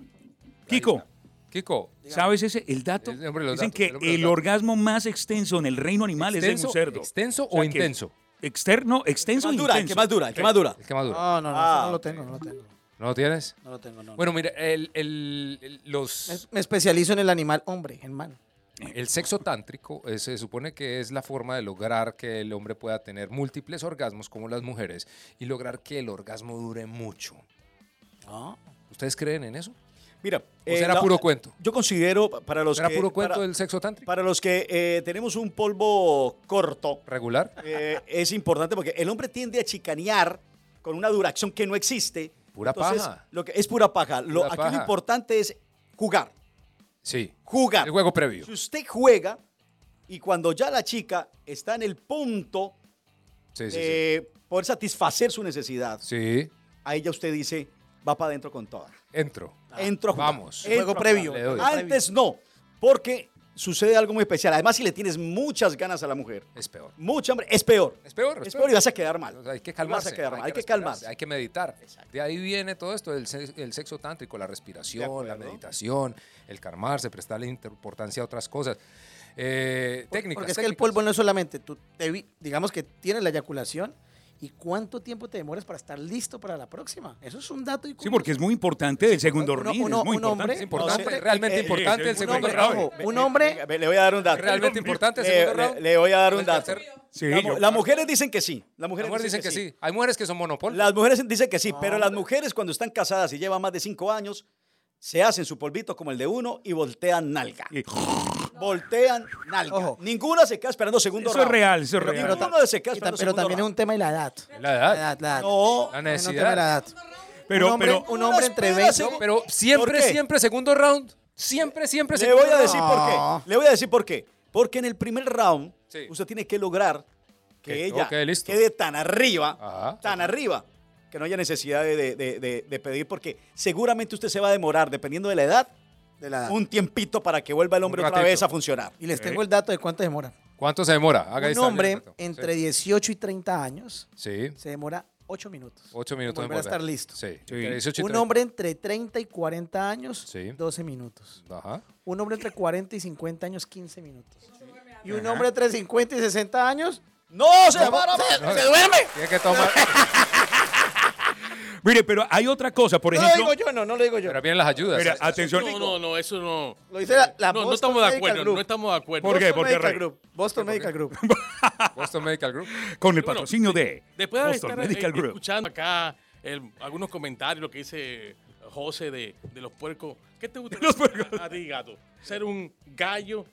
Speaker 7: Kiko.
Speaker 6: Kiko,
Speaker 7: ¿Sabes ese? El dato.
Speaker 6: El hombre de los
Speaker 7: Dicen
Speaker 6: datos,
Speaker 7: que
Speaker 6: el
Speaker 7: el,
Speaker 6: hombre de los datos.
Speaker 7: orgasmo más extenso en el reino animal es el de
Speaker 6: ¿Extenso-
Speaker 7: un cerdo.
Speaker 6: extenso
Speaker 7: O sea
Speaker 6: o
Speaker 7: que-
Speaker 6: intenso?
Speaker 7: Externo, extenso
Speaker 8: más
Speaker 7: e
Speaker 8: dura, el
Speaker 7: intenso.
Speaker 8: que más dura, el que más dura.
Speaker 6: El que más dura.
Speaker 9: No, no, no,
Speaker 8: Ah,
Speaker 9: eso no lo tengo, no lo tengo.
Speaker 6: ¿No lo tienes?
Speaker 9: No lo tengo, no.
Speaker 6: Bueno, mira, el, el- el-
Speaker 9: Me,
Speaker 6: los,
Speaker 9: me especializo en el animal hombre, en mano.
Speaker 6: el sexo tántrico eh, se supone que es la forma de lograr que el hombre pueda tener múltiples orgasmos como las mujeres y lograr que el orgasmo dure mucho.
Speaker 9: Ah.
Speaker 6: ¿Ustedes creen en eso?
Speaker 8: Mira, eh,
Speaker 6: sea, era puro cuento.
Speaker 8: Yo considero para los
Speaker 6: ¿Era
Speaker 8: que
Speaker 6: puro cuento
Speaker 8: para,
Speaker 6: del sexo tántrico?
Speaker 8: para los que eh, tenemos un polvo corto,
Speaker 6: ¿Regular?
Speaker 8: eh, es importante porque el hombre tiende a chicanear con una duración que no existe.
Speaker 6: Pura
Speaker 8: Entonces,
Speaker 6: paja.
Speaker 8: Lo que es pura paja. Lo,
Speaker 6: Pura
Speaker 8: aquí
Speaker 6: paja.
Speaker 8: lo importante es jugar.
Speaker 6: Sí.
Speaker 8: Jugar.
Speaker 6: El juego previo.
Speaker 8: Si usted juega y cuando ya la chica está en el punto
Speaker 6: Sí, sí, sí.
Speaker 8: de poder satisfacer su necesidad.
Speaker 6: Sí.
Speaker 8: Ahí ya usted dice, va para adentro con toda.
Speaker 6: Entro.
Speaker 8: Ah, Entro a jugar.
Speaker 6: Ah, Vamos.
Speaker 8: Entro
Speaker 6: Juego
Speaker 8: a jugar.
Speaker 6: previo. Le doy.
Speaker 8: Antes no, porque sucede algo muy especial. Además, si le tienes muchas ganas a la mujer,
Speaker 6: Es peor.
Speaker 8: mucha hambre, es peor.
Speaker 6: Es peor, es
Speaker 8: Es peor y
Speaker 6: peor.
Speaker 8: vas a quedar mal.
Speaker 6: Hay que calmarse.
Speaker 8: Vas a quedar mal, Hay que
Speaker 6: respirarse,
Speaker 8: calmarse.
Speaker 6: Hay que meditar. De ahí viene todo esto, el, se- el sexo tántrico, la respiración, la meditación, el calmarse, prestarle inter- importancia a otras cosas. Eh, técnicas.
Speaker 9: Porque es que el
Speaker 6: técnicas.
Speaker 9: polvo no es solamente, tú te vi- digamos que tienes la eyaculación y cuánto tiempo te demoras para estar listo para la próxima. Eso es un dato. Y
Speaker 7: Sí, porque es muy importante el segundo
Speaker 9: Uno-
Speaker 7: ring.
Speaker 9: uno-
Speaker 7: es muy
Speaker 9: un hombre-
Speaker 7: importante.
Speaker 9: Es importante,
Speaker 7: No sé,
Speaker 9: realmente
Speaker 7: eh,
Speaker 9: importante
Speaker 7: eh,
Speaker 9: el segundo
Speaker 7: un hombre,
Speaker 9: round.
Speaker 7: ojo,
Speaker 9: Un hombre.
Speaker 8: Ve- eh, Le voy a dar un dato.
Speaker 6: Realmente importante el
Speaker 8: Le-
Speaker 6: segundo
Speaker 8: le-
Speaker 6: round.
Speaker 8: Le voy a dar un
Speaker 6: ¿Es
Speaker 8: dato.
Speaker 6: Sí,
Speaker 8: La mu-
Speaker 6: yo-
Speaker 8: las mujeres dicen que sí. Las mujeres
Speaker 6: Las mujeres dicen que sí. Hay mujeres que son monopolios.
Speaker 8: Las mujeres dicen que sí, pero las mujeres cuando están casadas y llevan más de cinco años, se hacen su polvito como el de uno y voltean nalga. Voltean nalga. Ninguna se queda esperando segundo
Speaker 7: Eso es
Speaker 8: round.
Speaker 7: real, eso es
Speaker 8: Pero
Speaker 7: real.
Speaker 8: ninguno se queda
Speaker 9: Pero
Speaker 8: esperando segundo
Speaker 9: también es un tema de la edad.
Speaker 6: La edad.
Speaker 8: No.
Speaker 6: La
Speaker 9: Es un tema de la
Speaker 6: necesidad.
Speaker 9: edad.
Speaker 7: Pero-
Speaker 9: un hombre,
Speaker 7: pero-
Speaker 9: un hombre entre
Speaker 8: espera,
Speaker 9: 20.
Speaker 8: segu-
Speaker 6: Pero siempre,
Speaker 8: ¿Por qué?
Speaker 6: siempre segundo round. Siempre, siempre
Speaker 8: Le
Speaker 6: segundo
Speaker 8: voy a decir
Speaker 6: round.
Speaker 8: por
Speaker 9: No.
Speaker 8: qué. Le voy a decir por qué. Porque en el primer round,
Speaker 6: Sí.
Speaker 8: usted tiene que lograr que
Speaker 6: Que-
Speaker 8: ella
Speaker 6: ok, listo.
Speaker 8: quede tan arriba,
Speaker 6: Ajá.
Speaker 8: tan arriba, que no haya necesidad de, de- de- de- de pedir, porque seguramente usted se va a demorar, dependiendo de la edad,
Speaker 9: de la edad.
Speaker 8: un tiempito para que vuelva el hombre otra
Speaker 6: ratito.
Speaker 8: vez a funcionar.
Speaker 9: Y les tengo el dato de cuánto demora.
Speaker 6: ¿Cuánto se demora? Haga
Speaker 9: Un
Speaker 6: esta-
Speaker 9: hombre
Speaker 6: Sí.
Speaker 9: entre 18 y 30 años
Speaker 6: Sí,
Speaker 9: se demora 8 minutos.
Speaker 6: ocho minutos. en
Speaker 9: volver a
Speaker 6: volver.
Speaker 9: estar listo.
Speaker 6: Sí. entre 18 y
Speaker 9: Un
Speaker 6: 30.
Speaker 9: hombre entre 30 y 40 años,
Speaker 6: Sí.
Speaker 9: 12 minutos.
Speaker 6: Ajá.
Speaker 9: Un hombre entre 40 y 50 años, 15 minutos. Y un
Speaker 6: Ajá.
Speaker 9: hombre entre 50 y 60 años,
Speaker 8: ¡No! ¡Se demora!
Speaker 9: se,
Speaker 6: No,
Speaker 9: se duerme!
Speaker 6: Tiene que tomar.
Speaker 7: Mire, pero hay otra cosa, por
Speaker 9: No lo digo
Speaker 7: ejemplo.
Speaker 9: yo, no, no lo digo yo.
Speaker 6: Pero vienen las ayudas.
Speaker 7: Mira, atención.
Speaker 10: No, no, no, eso no.
Speaker 9: Lo dice la, la
Speaker 10: no, no
Speaker 9: Boston
Speaker 10: estamos de
Speaker 9: Medical
Speaker 10: acuerdo,
Speaker 9: Group.
Speaker 10: no estamos de acuerdo.
Speaker 7: ¿Por qué?
Speaker 9: Boston
Speaker 7: ¿Por qué,
Speaker 9: Medical
Speaker 7: Rey?
Speaker 9: Group. Boston Medical Group.
Speaker 6: Boston Medical Group.
Speaker 7: Con el
Speaker 10: Bueno,
Speaker 7: patrocinio de
Speaker 10: Después de
Speaker 7: Boston
Speaker 10: estar
Speaker 7: Medical
Speaker 10: eh,
Speaker 7: Group.
Speaker 10: escuchando acá el- algunos comentarios, lo que dice José de, de los puercos, ¿qué te gusta
Speaker 7: Los puercos.
Speaker 10: a ti, gato? ¿Ser un gallo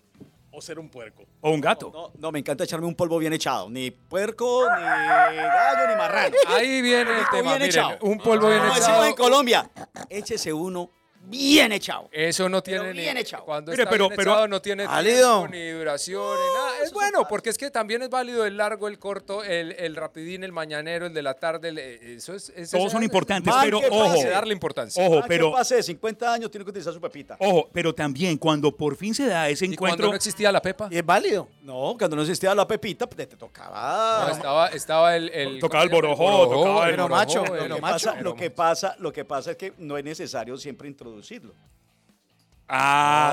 Speaker 10: o ser un puerco?
Speaker 7: O un gato.
Speaker 8: No, no, me encanta echarme un polvo bien echado. Ni puerco, ni gallo, ni marrano.
Speaker 6: Ahí viene el tema.
Speaker 8: bien
Speaker 6: miren,
Speaker 8: echado.
Speaker 6: un polvo bien
Speaker 9: Ah,
Speaker 8: Como decimos en
Speaker 6: echado.
Speaker 8: Colombia, échese uno bien echado.
Speaker 6: Eso no tiene
Speaker 8: Pero
Speaker 6: ni.
Speaker 8: bien echado.
Speaker 6: Cuando
Speaker 7: Mire,
Speaker 6: está
Speaker 7: pero-
Speaker 6: bien
Speaker 7: pero-
Speaker 6: echado, no tiene
Speaker 9: Ah,
Speaker 6: tiempo,
Speaker 9: Válido.
Speaker 6: ni duración, ni nada. Es bueno, porque es que también es válido el largo, el corto, el, el rapidín, el mañanero, el de la tarde. el- eh, eso es, es-
Speaker 7: Todos
Speaker 6: es-
Speaker 7: son
Speaker 6: es-
Speaker 7: importantes,
Speaker 8: Mal
Speaker 7: pero
Speaker 8: que
Speaker 7: ojo.
Speaker 8: pase.
Speaker 6: darle importancia.
Speaker 7: Ojo,
Speaker 8: Cada Ah, que
Speaker 7: pero,
Speaker 8: pase de 50 años tiene que utilizar su pepita.
Speaker 7: ojo, pero también cuando por fin se da ese
Speaker 6: ¿Y cuando
Speaker 7: encuentro.
Speaker 6: no existía la pepa?
Speaker 9: Y es válido.
Speaker 8: No, cuando no existía la pepita, pues, te, te tocaba.
Speaker 6: No, estaba, estaba el, el-
Speaker 7: Tocaba el
Speaker 6: ¿cómo se llama?
Speaker 7: borojó, tocaba el
Speaker 6: el
Speaker 9: Pero
Speaker 6: borojó,
Speaker 9: macho,
Speaker 6: el-
Speaker 9: pero
Speaker 8: lo, que
Speaker 6: el-
Speaker 8: pasa,
Speaker 6: el-
Speaker 8: lo, que pasa, lo que pasa es que no es necesario siempre introducirlo.
Speaker 7: Ah,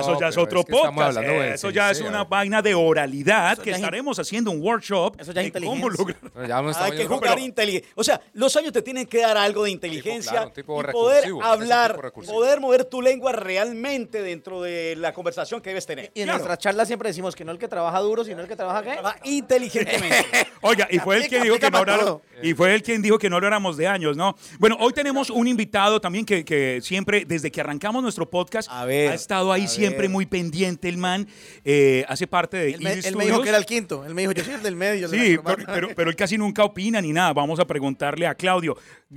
Speaker 6: No,
Speaker 7: eso ya es
Speaker 6: pero
Speaker 7: otro
Speaker 6: es que estamos
Speaker 7: podcast.
Speaker 6: hablando de-
Speaker 7: eso
Speaker 6: sí,
Speaker 7: ya
Speaker 6: sí,
Speaker 7: es
Speaker 6: a
Speaker 7: una
Speaker 6: ver.
Speaker 7: vaina de oralidad que
Speaker 9: ya es in-
Speaker 7: estaremos haciendo un workshop.
Speaker 9: Eso ya es
Speaker 7: de cómo
Speaker 9: inteligencia.
Speaker 7: lograr.
Speaker 6: No, ya no estamos
Speaker 8: Hay que
Speaker 6: yendo-
Speaker 8: jugar
Speaker 6: pero-
Speaker 8: inteligente. O sea, los años te tienen que dar algo de inteligencia.
Speaker 6: claro, un tipo
Speaker 8: y poder
Speaker 6: recursivo, es un tipo
Speaker 8: hablar,
Speaker 6: recursivo.
Speaker 8: poder mover tu lengua realmente dentro de la conversación que debes tener.
Speaker 9: Y en nuestra charla siempre decimos que no el que trabaja duro, sino el que trabaja qué.
Speaker 8: Habla Inteligentemente.
Speaker 7: Oiga, y fue, el
Speaker 9: Aplica,
Speaker 7: que dijo que
Speaker 9: aplica
Speaker 7: no
Speaker 9: para
Speaker 7: hablara-
Speaker 9: todo.
Speaker 7: y fue el quien dijo que no habláramos de años, ¿no? Bueno, hoy tenemos un invitado también que, que siempre, desde que arrancamos nuestro podcast,
Speaker 8: A ver,
Speaker 7: ha estado ahí
Speaker 8: a
Speaker 7: siempre
Speaker 8: ver.
Speaker 7: muy pendiente el man. eh, hace parte de
Speaker 9: Él me,
Speaker 7: Easy
Speaker 9: él me dijo
Speaker 7: Studios.
Speaker 9: que era el quinto. Él me dijo, yo soy el del medio. soy
Speaker 7: Sí,
Speaker 9: la
Speaker 7: pero,
Speaker 9: corbata.
Speaker 7: pero, pero él casi nunca opina ni nada. Vamos a preguntarle a Claudio.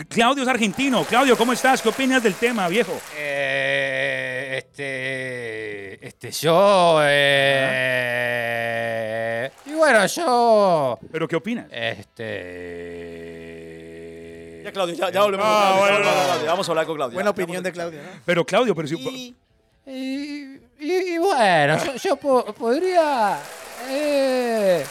Speaker 7: Claudio es argentino. Claudio, ¿cómo estás? ¿Qué opinas del tema, viejo?
Speaker 13: Eh, este, este, yo, eh, y bueno, yo, eh,
Speaker 7: ¿Pero qué opinas?
Speaker 13: este,
Speaker 8: Ya, Claudio, ya, ya
Speaker 6: Eh,
Speaker 8: volvemos.
Speaker 7: Ah,
Speaker 8: con Claudio,
Speaker 7: bueno,
Speaker 8: vamos
Speaker 7: bueno.
Speaker 8: a hablar de Claudio, Vamos a hablar con Claudio.
Speaker 9: Buena
Speaker 8: ya,
Speaker 9: opinión
Speaker 8: vamos a-
Speaker 9: de Claudio. ¿no?
Speaker 7: Pero Claudio, pero si-
Speaker 8: Y-
Speaker 13: y, y- y bueno, yo, yo po- podría, eh,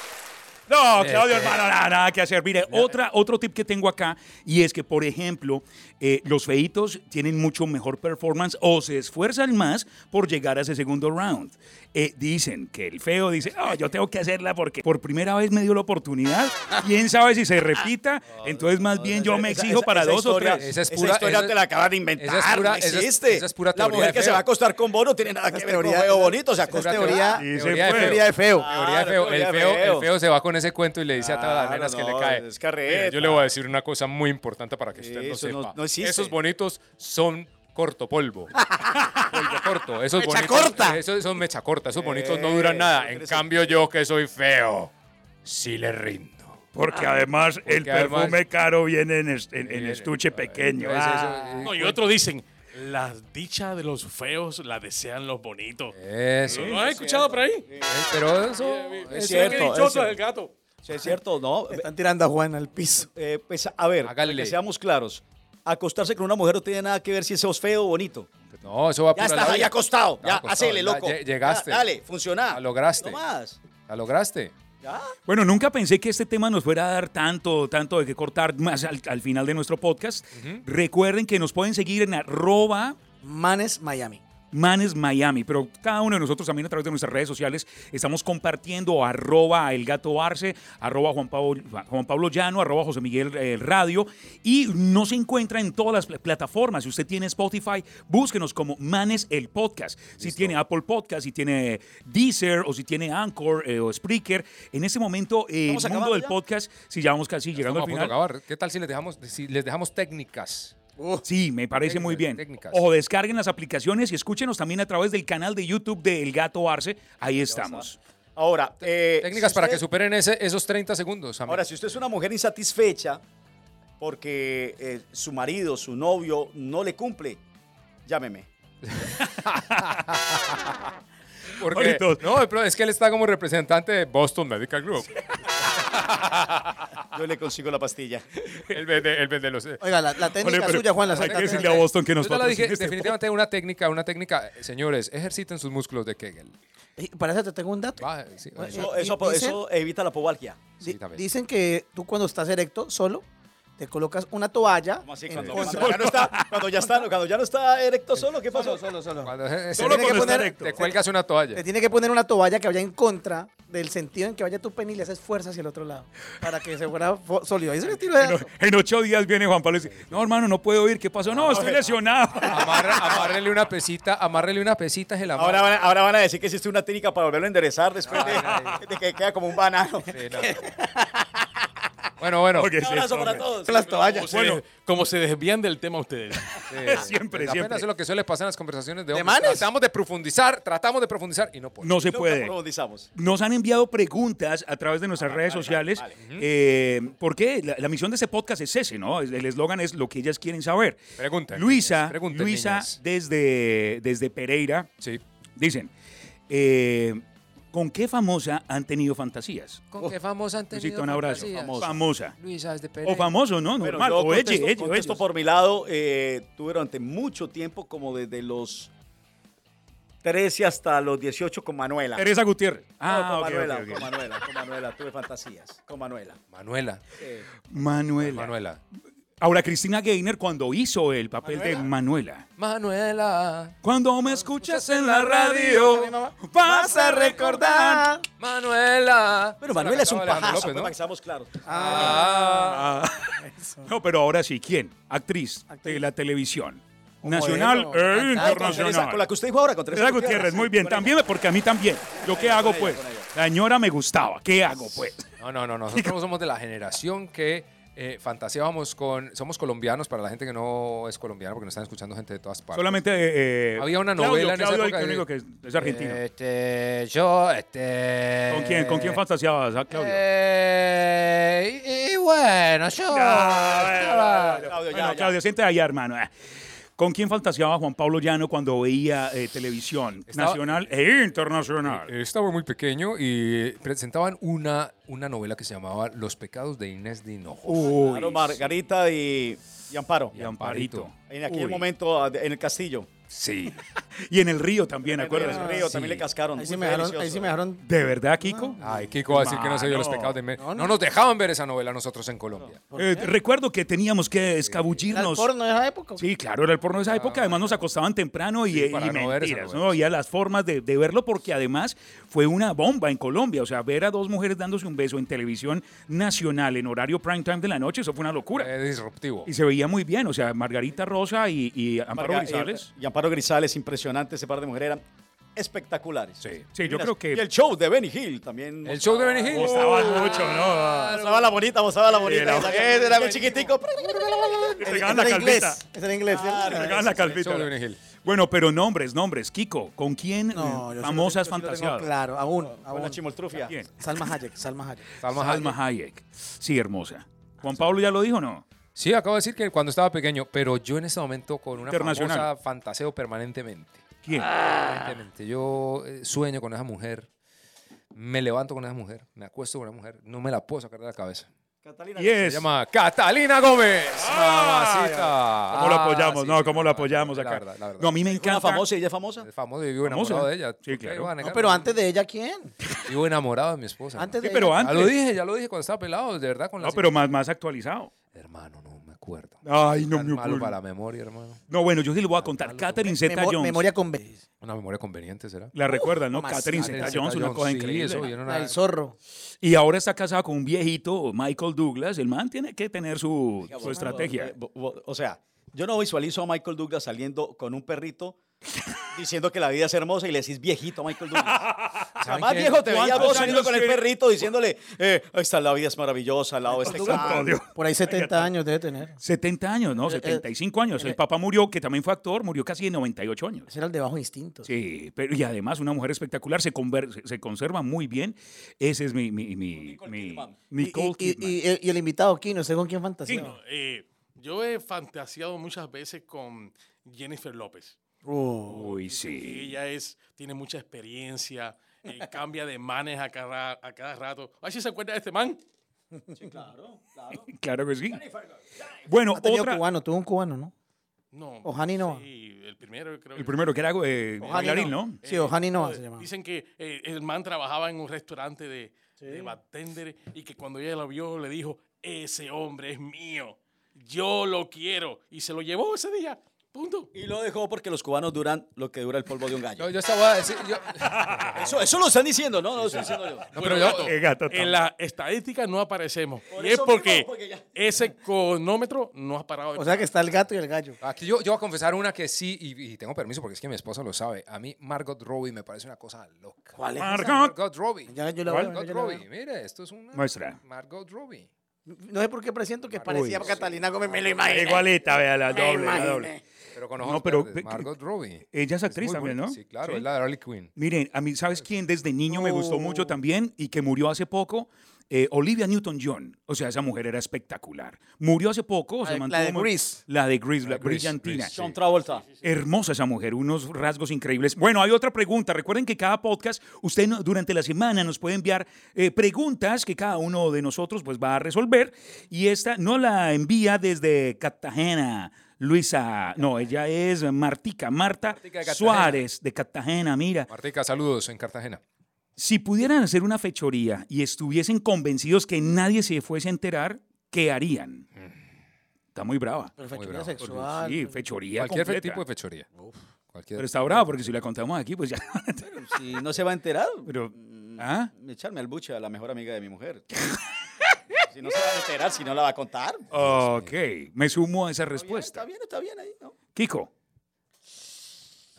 Speaker 7: No, Claudio, hermano, nada, nada que hacer. Mire, otra, otro tip que tengo acá y es que, por ejemplo, eh, los feitos tienen mucho mejor performance o se esfuerzan más por llegar a ese segundo round. Eh, dicen que el feo dice, oh, yo tengo que hacerla porque por primera vez me dio la oportunidad. ¿Quién sabe si se repita? Entonces, más bien, yo me
Speaker 8: Esa-
Speaker 7: exijo
Speaker 8: esa-
Speaker 7: para
Speaker 8: esa
Speaker 7: dos o
Speaker 8: historia-
Speaker 7: tres.
Speaker 6: Esa es
Speaker 8: esa
Speaker 6: pura-
Speaker 8: historia
Speaker 6: esa-
Speaker 8: te la acabas de inventar.
Speaker 6: esa es pura-
Speaker 8: no
Speaker 6: esa es-
Speaker 8: existe.
Speaker 6: esa es pura
Speaker 8: La
Speaker 6: teoría
Speaker 8: mujer
Speaker 6: de
Speaker 8: que
Speaker 6: feo.
Speaker 8: se va a acostar con vos no tiene nada que ver con
Speaker 9: teoría-
Speaker 8: feo bonito. Se
Speaker 9: Es
Speaker 8: acosta
Speaker 9: teoría,
Speaker 7: Sí, se
Speaker 6: teoría de
Speaker 7: fue.
Speaker 6: feo.
Speaker 9: teoría de feo.
Speaker 6: Teoría de
Speaker 8: Claro,
Speaker 6: feo. El
Speaker 8: teoría de
Speaker 6: feo, el
Speaker 8: feo.
Speaker 6: feo se va con ese cuento y le dice a todas las
Speaker 8: Claro,
Speaker 6: nenas que le
Speaker 8: no,
Speaker 6: cae.
Speaker 8: es carreta.
Speaker 6: "Mira, yo le voy a decir una cosa muy importante para que usted lo
Speaker 8: Eso
Speaker 6: sepa.
Speaker 8: no- no existe.
Speaker 6: Esos bonitos son corto polvo. polvo corto. Esos
Speaker 9: Mecha
Speaker 6: bonitos, eh,
Speaker 9: corta.
Speaker 6: Esos son mecha corta. Esos bonitos no
Speaker 8: Eh,
Speaker 6: duran nada. En
Speaker 8: eres-
Speaker 6: cambio, yo que soy feo, sí le rindo.
Speaker 7: Porque además el
Speaker 6: Porque además-
Speaker 7: perfume caro viene en, est- en- en
Speaker 6: Viene,
Speaker 7: estuche
Speaker 6: a ver,
Speaker 7: pequeño.
Speaker 6: Eh, entonces eso- eh,
Speaker 7: Ah.
Speaker 10: No, y otros dicen, las dichas de los feos la desean los bonitos.
Speaker 6: Eso.
Speaker 10: ¿Lo has escuchado por ahí?
Speaker 6: Pero eso.
Speaker 10: Es
Speaker 6: eso-
Speaker 8: cierto,
Speaker 10: dichoso
Speaker 8: es
Speaker 10: es el gato.
Speaker 8: Sí, es cierto, ¿no?
Speaker 9: Están tirando a Juan al piso.
Speaker 8: Eh, pues, a ver,
Speaker 9: Hágale.
Speaker 8: que seamos claros. Acostarse con una mujer no tiene nada que ver si es feo o bonito.
Speaker 6: No, eso va
Speaker 8: Ya
Speaker 6: por la
Speaker 8: estás
Speaker 6: labia.
Speaker 8: ahí acostado.
Speaker 6: Ya
Speaker 8: ya,
Speaker 6: acostado,
Speaker 8: hacele,
Speaker 6: ya
Speaker 8: loco.
Speaker 6: lle- llegaste.
Speaker 8: Ya, dale, funciona.
Speaker 6: La lograste.
Speaker 8: No más.
Speaker 6: La lograste.
Speaker 7: Bueno, nunca pensé que este tema nos fuera a dar tanto, tanto de que cortar más al, al final de nuestro podcast. Recuerden que nos pueden seguir en arroba
Speaker 9: Manes Miami.
Speaker 7: Manes Miami, pero cada uno de nosotros también a través de nuestras redes sociales estamos compartiendo arroba el gato Arce, arroba Juan Pablo, Juan Pablo Llano, arroba José Miguel eh, Radio y nos encuentra en todas las pla- plataformas. Si usted tiene Spotify, búsquenos como Manes el Podcast. Si tiene Apple Podcast, si tiene Deezer o si tiene Anchor eh, o Spreaker, en este momento eh, el
Speaker 6: ¿Estamos
Speaker 7: mundo
Speaker 6: acabando
Speaker 7: del
Speaker 6: ya?
Speaker 7: podcast, si ya vamos casi llegando
Speaker 6: Estamos a punto
Speaker 7: al
Speaker 6: de
Speaker 7: final,
Speaker 6: acabar. ¿Qué tal si les dejamos, si les dejamos técnicas?
Speaker 7: Sí, me parece muy bien. O descarguen las aplicaciones y escúchenos también a través del canal de YouTube de El Gato Arce. Ahí estamos.
Speaker 8: Ahora,
Speaker 6: Técnicas
Speaker 8: si
Speaker 6: para
Speaker 8: usted-
Speaker 6: que superen ese- esos 30 segundos. amigo.
Speaker 8: Eh, Ahora, si usted es una mujer insatisfecha porque eh, su marido, su novio no le cumple, llámeme.
Speaker 6: Porque, no, pero es que él está como representante de Boston Medical Group.
Speaker 8: Yo le consigo la pastilla.
Speaker 6: él vende, él vende los. eh.
Speaker 9: Oiga, la- la técnica Oye, pero suya, Juan, la hay saca. que decirle a
Speaker 7: Boston que nos
Speaker 6: Yo ya la dije,
Speaker 7: patrocine este
Speaker 6: definitivamente una técnica, una técnica. Eh, Señores, ejerciten sus músculos de Kegel.
Speaker 9: Y Eh, Para eso te tengo un dato.
Speaker 8: Eso,
Speaker 9: Eh,
Speaker 8: eso-
Speaker 9: dicen-
Speaker 8: eso evita la pobalgia.
Speaker 9: di- Dicen que tú cuando estás erecto, solo, te colocas una toalla.
Speaker 8: ¿Cómo así?
Speaker 9: en-
Speaker 8: Cuando,
Speaker 9: con-
Speaker 8: cuando ya no está, cuando, ya está, cuando ya no está erecto solo, ¿qué pasó?
Speaker 9: Solo, solo,
Speaker 6: Cuando, eh,
Speaker 9: Solo
Speaker 6: tiene
Speaker 9: cuando está
Speaker 6: poner-
Speaker 9: recto.
Speaker 6: Te cuelgas una toalla.
Speaker 9: Te tiene que poner una toalla que vaya en contra del sentido en que vaya tu pene y le haces fuerza hacia el otro lado para que se fuera fo- sólido. Ahí se le tiro de dato.
Speaker 7: En ocho días viene Juan Pablo y dice, no, hermano, no puedo ir. ¿Qué pasó? No, estoy lesionado.
Speaker 6: Amarra- amárrele una pesita, amárrele una pesita es el amor.
Speaker 8: Ahora van, a, ahora van a decir que existe una técnica para volverlo a enderezar después de, de que queda como un banano.
Speaker 6: Bueno, bueno.
Speaker 8: Un abrazo para todos.
Speaker 9: Las
Speaker 10: Como se, como se desvían del tema ustedes.
Speaker 6: Pues apenas es lo que suele pasar en las conversaciones de
Speaker 10: ¿De
Speaker 6: hombres.
Speaker 10: manes?
Speaker 6: Tratamos de profundizar, tratamos de profundizar y no podemos.
Speaker 7: No se puede. Nos han enviado preguntas a través de nuestras redes sociales. Eh, ¿Por qué? La, la misión de este podcast es ese, ¿no? El el eslogan es lo que ellas quieren saber.
Speaker 6: Pregunta.
Speaker 7: Luisa,
Speaker 6: pregunten,
Speaker 7: Luisa
Speaker 6: niñas.
Speaker 7: desde, desde Pereira. Dicen, eh, ¿con qué famosa han tenido fantasías?
Speaker 6: ¿Con qué famosa han
Speaker 7: Luisito, un abrazo.
Speaker 6: fantasías?
Speaker 7: Famosa.
Speaker 6: Luisa es de Pereira.
Speaker 7: O famoso, ¿no?
Speaker 8: Pero
Speaker 7: Normal.
Speaker 8: yo
Speaker 7: O
Speaker 8: contesto,
Speaker 7: ella, ella, o
Speaker 8: contesto
Speaker 7: ellos.
Speaker 8: por mi lado, eh, tuve durante mucho tiempo, como desde los 13 hasta los 18 con Manuela.
Speaker 7: Teresa Gutiérrez.
Speaker 8: No,
Speaker 7: Ah,
Speaker 8: con
Speaker 7: ok,
Speaker 8: Manuela,
Speaker 7: ok, ok.
Speaker 8: con Manuela, con Manuela, tuve fantasías, con Manuela.
Speaker 6: Manuela.
Speaker 8: Eh,
Speaker 7: Manuela.
Speaker 6: Manuela.
Speaker 7: Ahora, Cristina Gaynor, cuando hizo el papel de Manuela.
Speaker 6: Manuela.
Speaker 7: Cuando
Speaker 8: Ah,
Speaker 7: me escuchas en la radio, vas a recordar.
Speaker 6: Manuela.
Speaker 8: Pero Manuela es un
Speaker 6: Alejandro
Speaker 8: pajazo,
Speaker 6: López, ¿no?
Speaker 8: pues, para que seamos claros.
Speaker 7: Ah. No, pero ahora sí, ¿quién? Actriz, de la televisión. Nacional
Speaker 8: Bueno,
Speaker 7: e
Speaker 8: cantante, con Teresa-
Speaker 7: internacional.
Speaker 8: Ah, Con la que usted dijo ahora, con Teresa
Speaker 7: Teresa Gutiérrez, muy bien. También, porque a mí también. ¿Yo qué hago, pues? La señora me gustaba. ¿Qué hago, pues?
Speaker 6: No, no, no. Nosotros somos de la generación que eh, fantaseábamos con. Somos colombianos, para la gente que no es colombiana, porque nos están escuchando gente de todas partes.
Speaker 7: Solamente. eh, eh,
Speaker 6: Había una
Speaker 7: Claudio,
Speaker 6: novela en esa
Speaker 7: Claudio,
Speaker 6: época
Speaker 7: que
Speaker 6: de- Eh,
Speaker 7: único que es argentino.
Speaker 13: Este, yo, este...
Speaker 7: ¿Con quién, ¿Con quién fantaseabas, ah, Claudio?
Speaker 13: Eh, y, y bueno, yo... estaba-
Speaker 7: Bueno, Claudio, siente allá, hermano. Ah. ¿Con quién fantaseaba Juan Pablo Llano cuando veía eh, televisión
Speaker 6: Estaba-
Speaker 7: nacional e internacional?
Speaker 6: Eh, Estaba muy pequeño y presentaban una, una novela que se llamaba Los pecados de Inés de Hinojo.
Speaker 7: Uy.
Speaker 8: Claro, Margarita y, y Amparo.
Speaker 6: Y Amparito.
Speaker 8: En aquel
Speaker 6: Uy.
Speaker 8: momento, en el castillo.
Speaker 7: Sí. Y en el río también, ¿acuerdas?
Speaker 8: En el río también le cascaron.
Speaker 9: Ahí sí
Speaker 8: Muy
Speaker 9: me dejaron-
Speaker 8: delicioso.
Speaker 9: ahí sí me dejaron
Speaker 7: ¿De verdad, Kiko?
Speaker 8: Ah,
Speaker 6: Ay, Kiko va a decir que no se vio los pecados de Inés. No,
Speaker 7: no.
Speaker 6: nos dejaban ver esa novela nosotros en Colombia.
Speaker 7: Eh, recuerdo que teníamos que
Speaker 9: ¿Era el
Speaker 7: escabullirnos.
Speaker 9: porno de esa época? Ah.
Speaker 7: Sí, claro, era el porno de esa época. Además, nos acostaban temprano y, eh,
Speaker 6: Sí,
Speaker 7: y
Speaker 6: para no ver esas
Speaker 7: mentiras, ¿no?
Speaker 6: novelas.
Speaker 7: Había las formas de, de verlo porque además fue una bomba en Colombia. O sea, ver a dos mujeres dándose un beso en televisión nacional en horario prime time de la noche, eso fue una locura.
Speaker 9: Eh.
Speaker 6: Es Eh, disruptivo.
Speaker 7: Y se veía muy bien. O sea, Margarita Rosa y, y Amparo
Speaker 8: Marga-
Speaker 7: Grisales.
Speaker 8: eh, Y Amparo Grisales, impresionante. Ese par de mujeres eran espectaculares. Sí,
Speaker 7: Sí, yo creo que-
Speaker 8: Y el show de Benny Hill también.
Speaker 6: El show de Oh. Benny Hill.
Speaker 7: Mostraban
Speaker 9: Ah,
Speaker 7: mucho, ¿no?
Speaker 8: Mostraba la bonita, mostraba la bonita.
Speaker 7: era-
Speaker 8: Era, era, muy chiquitico.
Speaker 7: pegaban la
Speaker 9: Ese era inglés,
Speaker 7: calvita.
Speaker 9: ese era inglés. ¿cierto?
Speaker 7: Pegaban la calvita. Bueno, pero nombres, nombres. Kiko, ¿con quién
Speaker 9: No,
Speaker 7: eh,
Speaker 9: yo sí
Speaker 7: famosas
Speaker 9: lo tengo- sí lo tengo
Speaker 7: fantaseadas?
Speaker 9: Claro, aún. aún.
Speaker 8: Con la chimoltrufia.
Speaker 9: Salma Hayek, Salma Hayek.
Speaker 6: Salma
Speaker 7: Salma Hayek. Sí, hermosa. Juan Pablo ya lo dijo, ¿no?
Speaker 6: Sí, acabo de decir que cuando estaba pequeño, pero yo en este momento con una
Speaker 7: Internacional.
Speaker 6: famosa fantaseo permanentemente.
Speaker 7: ¿Quién?
Speaker 6: Permanentemente. Yo eh, sueño con esa mujer. Me levanto con esa mujer, me acuesto con esa mujer, no me la puedo sacar de la cabeza.
Speaker 8: Catalina
Speaker 6: Y es- Se llama Catalina Gómez. Mamacita.
Speaker 7: Ah, ¿Cómo lo
Speaker 6: Ah,
Speaker 7: apoyamos?
Speaker 6: sí,
Speaker 7: no, ¿cómo lo apoyamos acá? No, a mí me encanta.
Speaker 8: famosa, ella es famosa.
Speaker 6: Es famosa y vivo
Speaker 7: Famosa.
Speaker 6: enamorado de ella.
Speaker 7: Sí,
Speaker 6: ¿Por qué
Speaker 7: claro.
Speaker 6: iba a
Speaker 9: No,
Speaker 6: negar?
Speaker 9: pero antes de ella, ¿quién?
Speaker 6: Vivo enamorado de mi esposa.
Speaker 9: Antes
Speaker 6: hermano.
Speaker 9: de Sí, pero ella.
Speaker 6: Ya lo
Speaker 9: antes.
Speaker 6: dije, ya lo dije cuando estaba pelado, de verdad. Con
Speaker 7: No, pero más, más actualizado.
Speaker 6: acuerdo.
Speaker 7: Ay, no
Speaker 6: Tan
Speaker 7: me
Speaker 6: malo
Speaker 7: acuerdo.
Speaker 6: para la memoria, hermano.
Speaker 7: No, bueno, yo sí le voy a contar. Catherine Zeta
Speaker 9: Memo-
Speaker 7: Jones.
Speaker 9: memoria convenida.
Speaker 6: Una memoria conveniente, ¿será?
Speaker 7: La recuerdan, ¿no?
Speaker 6: Mamacita.
Speaker 7: Catherine Zeta
Speaker 6: Catherine
Speaker 7: Jones, una
Speaker 6: Zeta-Jones,
Speaker 7: cosa
Speaker 6: sí,
Speaker 7: increíble.
Speaker 6: eso, yo no la- La del
Speaker 9: zorro.
Speaker 7: Y ahora está casada con un viejito, Michael Douglas. El man tiene que tener su,
Speaker 8: Oiga, pues,
Speaker 7: su
Speaker 8: vos-
Speaker 7: estrategia.
Speaker 8: vos- vos- eh, O sea, yo no visualizo a Michael Douglas saliendo con un perrito diciendo que la vida es hermosa y le decís viejito a Michael Douglas. O sea,
Speaker 6: ¿Saben
Speaker 8: más
Speaker 6: qué?
Speaker 8: viejo te veía
Speaker 6: ¿Cuántos
Speaker 8: vos saliendo
Speaker 6: años
Speaker 8: con el
Speaker 6: tiene?
Speaker 8: perrito diciéndole, eh, esta la vida es maravillosa, al lado de este campo.
Speaker 9: Por ahí 70 años debe tener.
Speaker 7: 70 años, no,
Speaker 9: Eh, eh,
Speaker 7: 75 años. El papá murió, que también fue actor, murió casi de 98 años.
Speaker 9: Ese era el de bajo instinto.
Speaker 7: Sí, pero y además una mujer espectacular, se, conver- se- se conserva muy bien. Ese es mi... mi, mi- mi- Nicole
Speaker 9: Y, y-
Speaker 7: Kidman.
Speaker 9: y- y el invitado Kino, según quién fantasía.
Speaker 10: Kino, eh, yo he fantaseado muchas veces con Jennifer López.
Speaker 9: Oh.
Speaker 7: Uy,
Speaker 10: Y
Speaker 7: sí.
Speaker 10: ella es, tiene mucha experiencia, eh, cambia de manes a cada, a cada rato. Ay, ¿sí se acuerda de este man?
Speaker 8: Sí, claro, claro.
Speaker 7: Claro que sí. Bueno,
Speaker 9: Ha tenido
Speaker 7: otra...
Speaker 9: cubano, tuvo un cubano, ¿no?
Speaker 10: No.
Speaker 9: O Hani Noa.
Speaker 10: Sí, el primero creo
Speaker 7: El primero que era eh, bailarín, ¿no?
Speaker 9: Sí, o Hani Noa se
Speaker 10: Eh,
Speaker 9: llamaba.
Speaker 10: Dicen que eh, el man trabajaba en un restaurante de, de bartender y que cuando ella lo vio le dijo, ese hombre es mío, yo lo quiero. Y se lo llevó ese día, punto.
Speaker 8: Y lo dejó porque los cubanos duran lo que dura el polvo de un gallo.
Speaker 6: No, yo estaba. eh, sí, yo-
Speaker 8: Eso, eso lo están diciendo, ¿no? No lo estoy diciendo yo.
Speaker 6: No,
Speaker 10: Bueno,
Speaker 6: pero yo-
Speaker 10: gato,
Speaker 6: Eh, gato,
Speaker 10: en la estadística no aparecemos.
Speaker 8: Por
Speaker 10: y es
Speaker 8: eso mismo,
Speaker 10: porque,
Speaker 8: porque ya-
Speaker 10: ese cronómetro no ha parado. de
Speaker 9: O sea que está el gato y el gallo.
Speaker 6: Aquí yo, yo voy a confesar una que sí, y, y tengo permiso porque es que mi esposa lo sabe. A mí Margot Robbie me parece una cosa loca.
Speaker 9: ¿Cuál es?
Speaker 7: Margot.
Speaker 6: Margot Robbie.
Speaker 9: Ya yo la
Speaker 7: ¿Cuál?
Speaker 9: veo, ya
Speaker 6: Margot
Speaker 9: yo la
Speaker 6: Robbie,
Speaker 9: veo.
Speaker 6: mire, esto es una...
Speaker 7: Muestra.
Speaker 6: Margot Robbie.
Speaker 9: No sé por qué presiento que parecía a Catalina Gómez, me lo imaginé.
Speaker 7: Igualita, vea, la
Speaker 9: Me
Speaker 7: doble, la
Speaker 9: imaginé.
Speaker 7: doble.
Speaker 6: Pero con
Speaker 7: No,
Speaker 6: ojos
Speaker 7: pero-
Speaker 6: verdes, Margot Robbie.
Speaker 7: Ella es
Speaker 6: muy
Speaker 7: actriz también,
Speaker 6: bonita,
Speaker 7: ¿no?
Speaker 6: Sí, claro,
Speaker 7: Sí.
Speaker 6: es la de Harley Quinn.
Speaker 7: Miren, a mí, ¿sabes quién desde niño me gustó mucho también y que murió hace poco? Eh, Olivia Newton-John. O sea, esa mujer era espectacular. Murió hace poco. o sea,
Speaker 9: La- la
Speaker 7: mantuvo
Speaker 9: de
Speaker 7: muy-
Speaker 9: Grease.
Speaker 7: La de Grease, la
Speaker 6: de Grease,
Speaker 7: brillantina.
Speaker 6: Grease, sí. John
Speaker 8: Travolta.
Speaker 7: Hermosa esa mujer, unos rasgos increíbles. Bueno, hay otra pregunta. Recuerden que cada podcast, usted no- durante la semana nos puede enviar eh, preguntas que cada uno de nosotros pues va a resolver. Y esta no la envía desde Cartagena, Luisa. No, ella es Martica, Marta
Speaker 6: Martica de Cartagena.
Speaker 7: Suárez de Cartagena. Mira,
Speaker 6: Martica, saludos en Cartagena.
Speaker 7: si pudieran hacer una fechoría y estuviesen convencidos que nadie se fuese a enterar, ¿qué harían? Está muy brava.
Speaker 9: Pero
Speaker 6: Muy
Speaker 9: fechoría
Speaker 6: bravo.
Speaker 9: sexual.
Speaker 7: Sí, fechoría.
Speaker 6: Mm. Cualquier
Speaker 7: completa.
Speaker 6: tipo de fechoría. Cualquier-
Speaker 7: Pero está brava porque si la contamos aquí, pues ya.
Speaker 8: Si no se va a enterar,
Speaker 7: Pero,
Speaker 8: mm,
Speaker 7: ¿ah?
Speaker 8: echarme al buche a la mejor amiga de mi mujer. si no se va a enterar, si no la va a contar.
Speaker 7: Ok, me sumo a esa
Speaker 8: Está
Speaker 7: respuesta.
Speaker 8: bien, está bien ahí, ¿no?
Speaker 7: Kiko,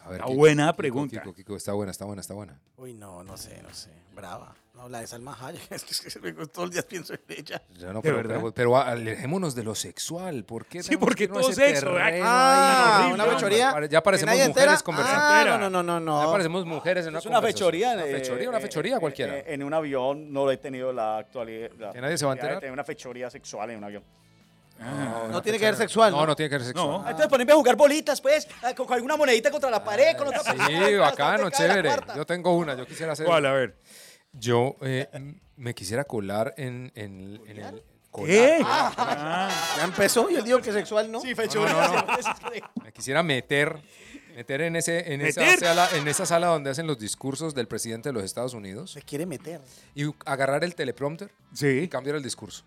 Speaker 6: A ver,
Speaker 7: Está
Speaker 6: Kiko,
Speaker 7: buena
Speaker 6: Kiko,
Speaker 7: pregunta.
Speaker 6: Kiko, Kiko, está buena, está buena, está buena.
Speaker 9: Uy, no, no sé, no sé. Brava. No, la de Salma Hayek. Es que se me todos los días pienso en ella.
Speaker 6: Ya no,
Speaker 7: ¿De
Speaker 6: pero,
Speaker 7: verdad?
Speaker 6: pero- pero alejémonos de lo sexual. ¿Por qué?
Speaker 7: Sí,
Speaker 6: tenemos
Speaker 7: porque
Speaker 6: que irnos
Speaker 7: todo
Speaker 6: a ese
Speaker 7: sexo,
Speaker 6: terreno
Speaker 7: ¿verdad?
Speaker 6: ahí
Speaker 9: Ah,
Speaker 6: horrible,
Speaker 9: una
Speaker 6: hombre?
Speaker 9: fechoría.
Speaker 6: Ya parecemos
Speaker 9: ¿Que nadie
Speaker 6: mujeres
Speaker 9: entera?
Speaker 6: conversando.
Speaker 9: Ah, no, no, no,
Speaker 6: Ya
Speaker 9: no. no.
Speaker 6: parecemos mujeres en una
Speaker 8: Es una
Speaker 6: conversación.
Speaker 8: fechoría.
Speaker 6: Una
Speaker 8: eh,
Speaker 6: fechoría, una
Speaker 8: eh,
Speaker 6: fechoría
Speaker 8: eh,
Speaker 6: cualquiera.
Speaker 8: eh, En un avión no lo he tenido la actualidad. la
Speaker 6: Que nadie se va a
Speaker 8: posibilidad de
Speaker 6: enterar. Ah,
Speaker 8: tener una fechoría sexual en un avión.
Speaker 9: No tiene que ver sexual.
Speaker 6: No, no tiene que ser sexual.
Speaker 7: No.
Speaker 8: Ah, Entonces ponerme a jugar bolitas, pues, ah, con, con alguna monedita contra la pared, con otra persona,
Speaker 6: Ah, Sí,
Speaker 8: hasta
Speaker 6: bacano,
Speaker 8: donde cae la
Speaker 6: chévere.
Speaker 8: cuarta.
Speaker 6: Yo tengo una, yo quisiera hacer.
Speaker 7: ¿cuál? A ver.
Speaker 6: Yo eh, m- me quisiera colar en, en, en el. colar,
Speaker 7: ¿Qué?
Speaker 6: colar.
Speaker 9: Ya empezó y él dijo que sexual no.
Speaker 8: Sí, fechoría.
Speaker 6: No, no,
Speaker 8: sí.
Speaker 6: Me quisiera meter, meter en, ese, en, esa
Speaker 7: ¿Meter?
Speaker 6: sala, en esa sala donde hacen los discursos del presidente de los Estados Unidos
Speaker 9: Se quiere meter.
Speaker 6: y agarrar el teleprompter y
Speaker 7: Sí.
Speaker 6: cambiar el discurso.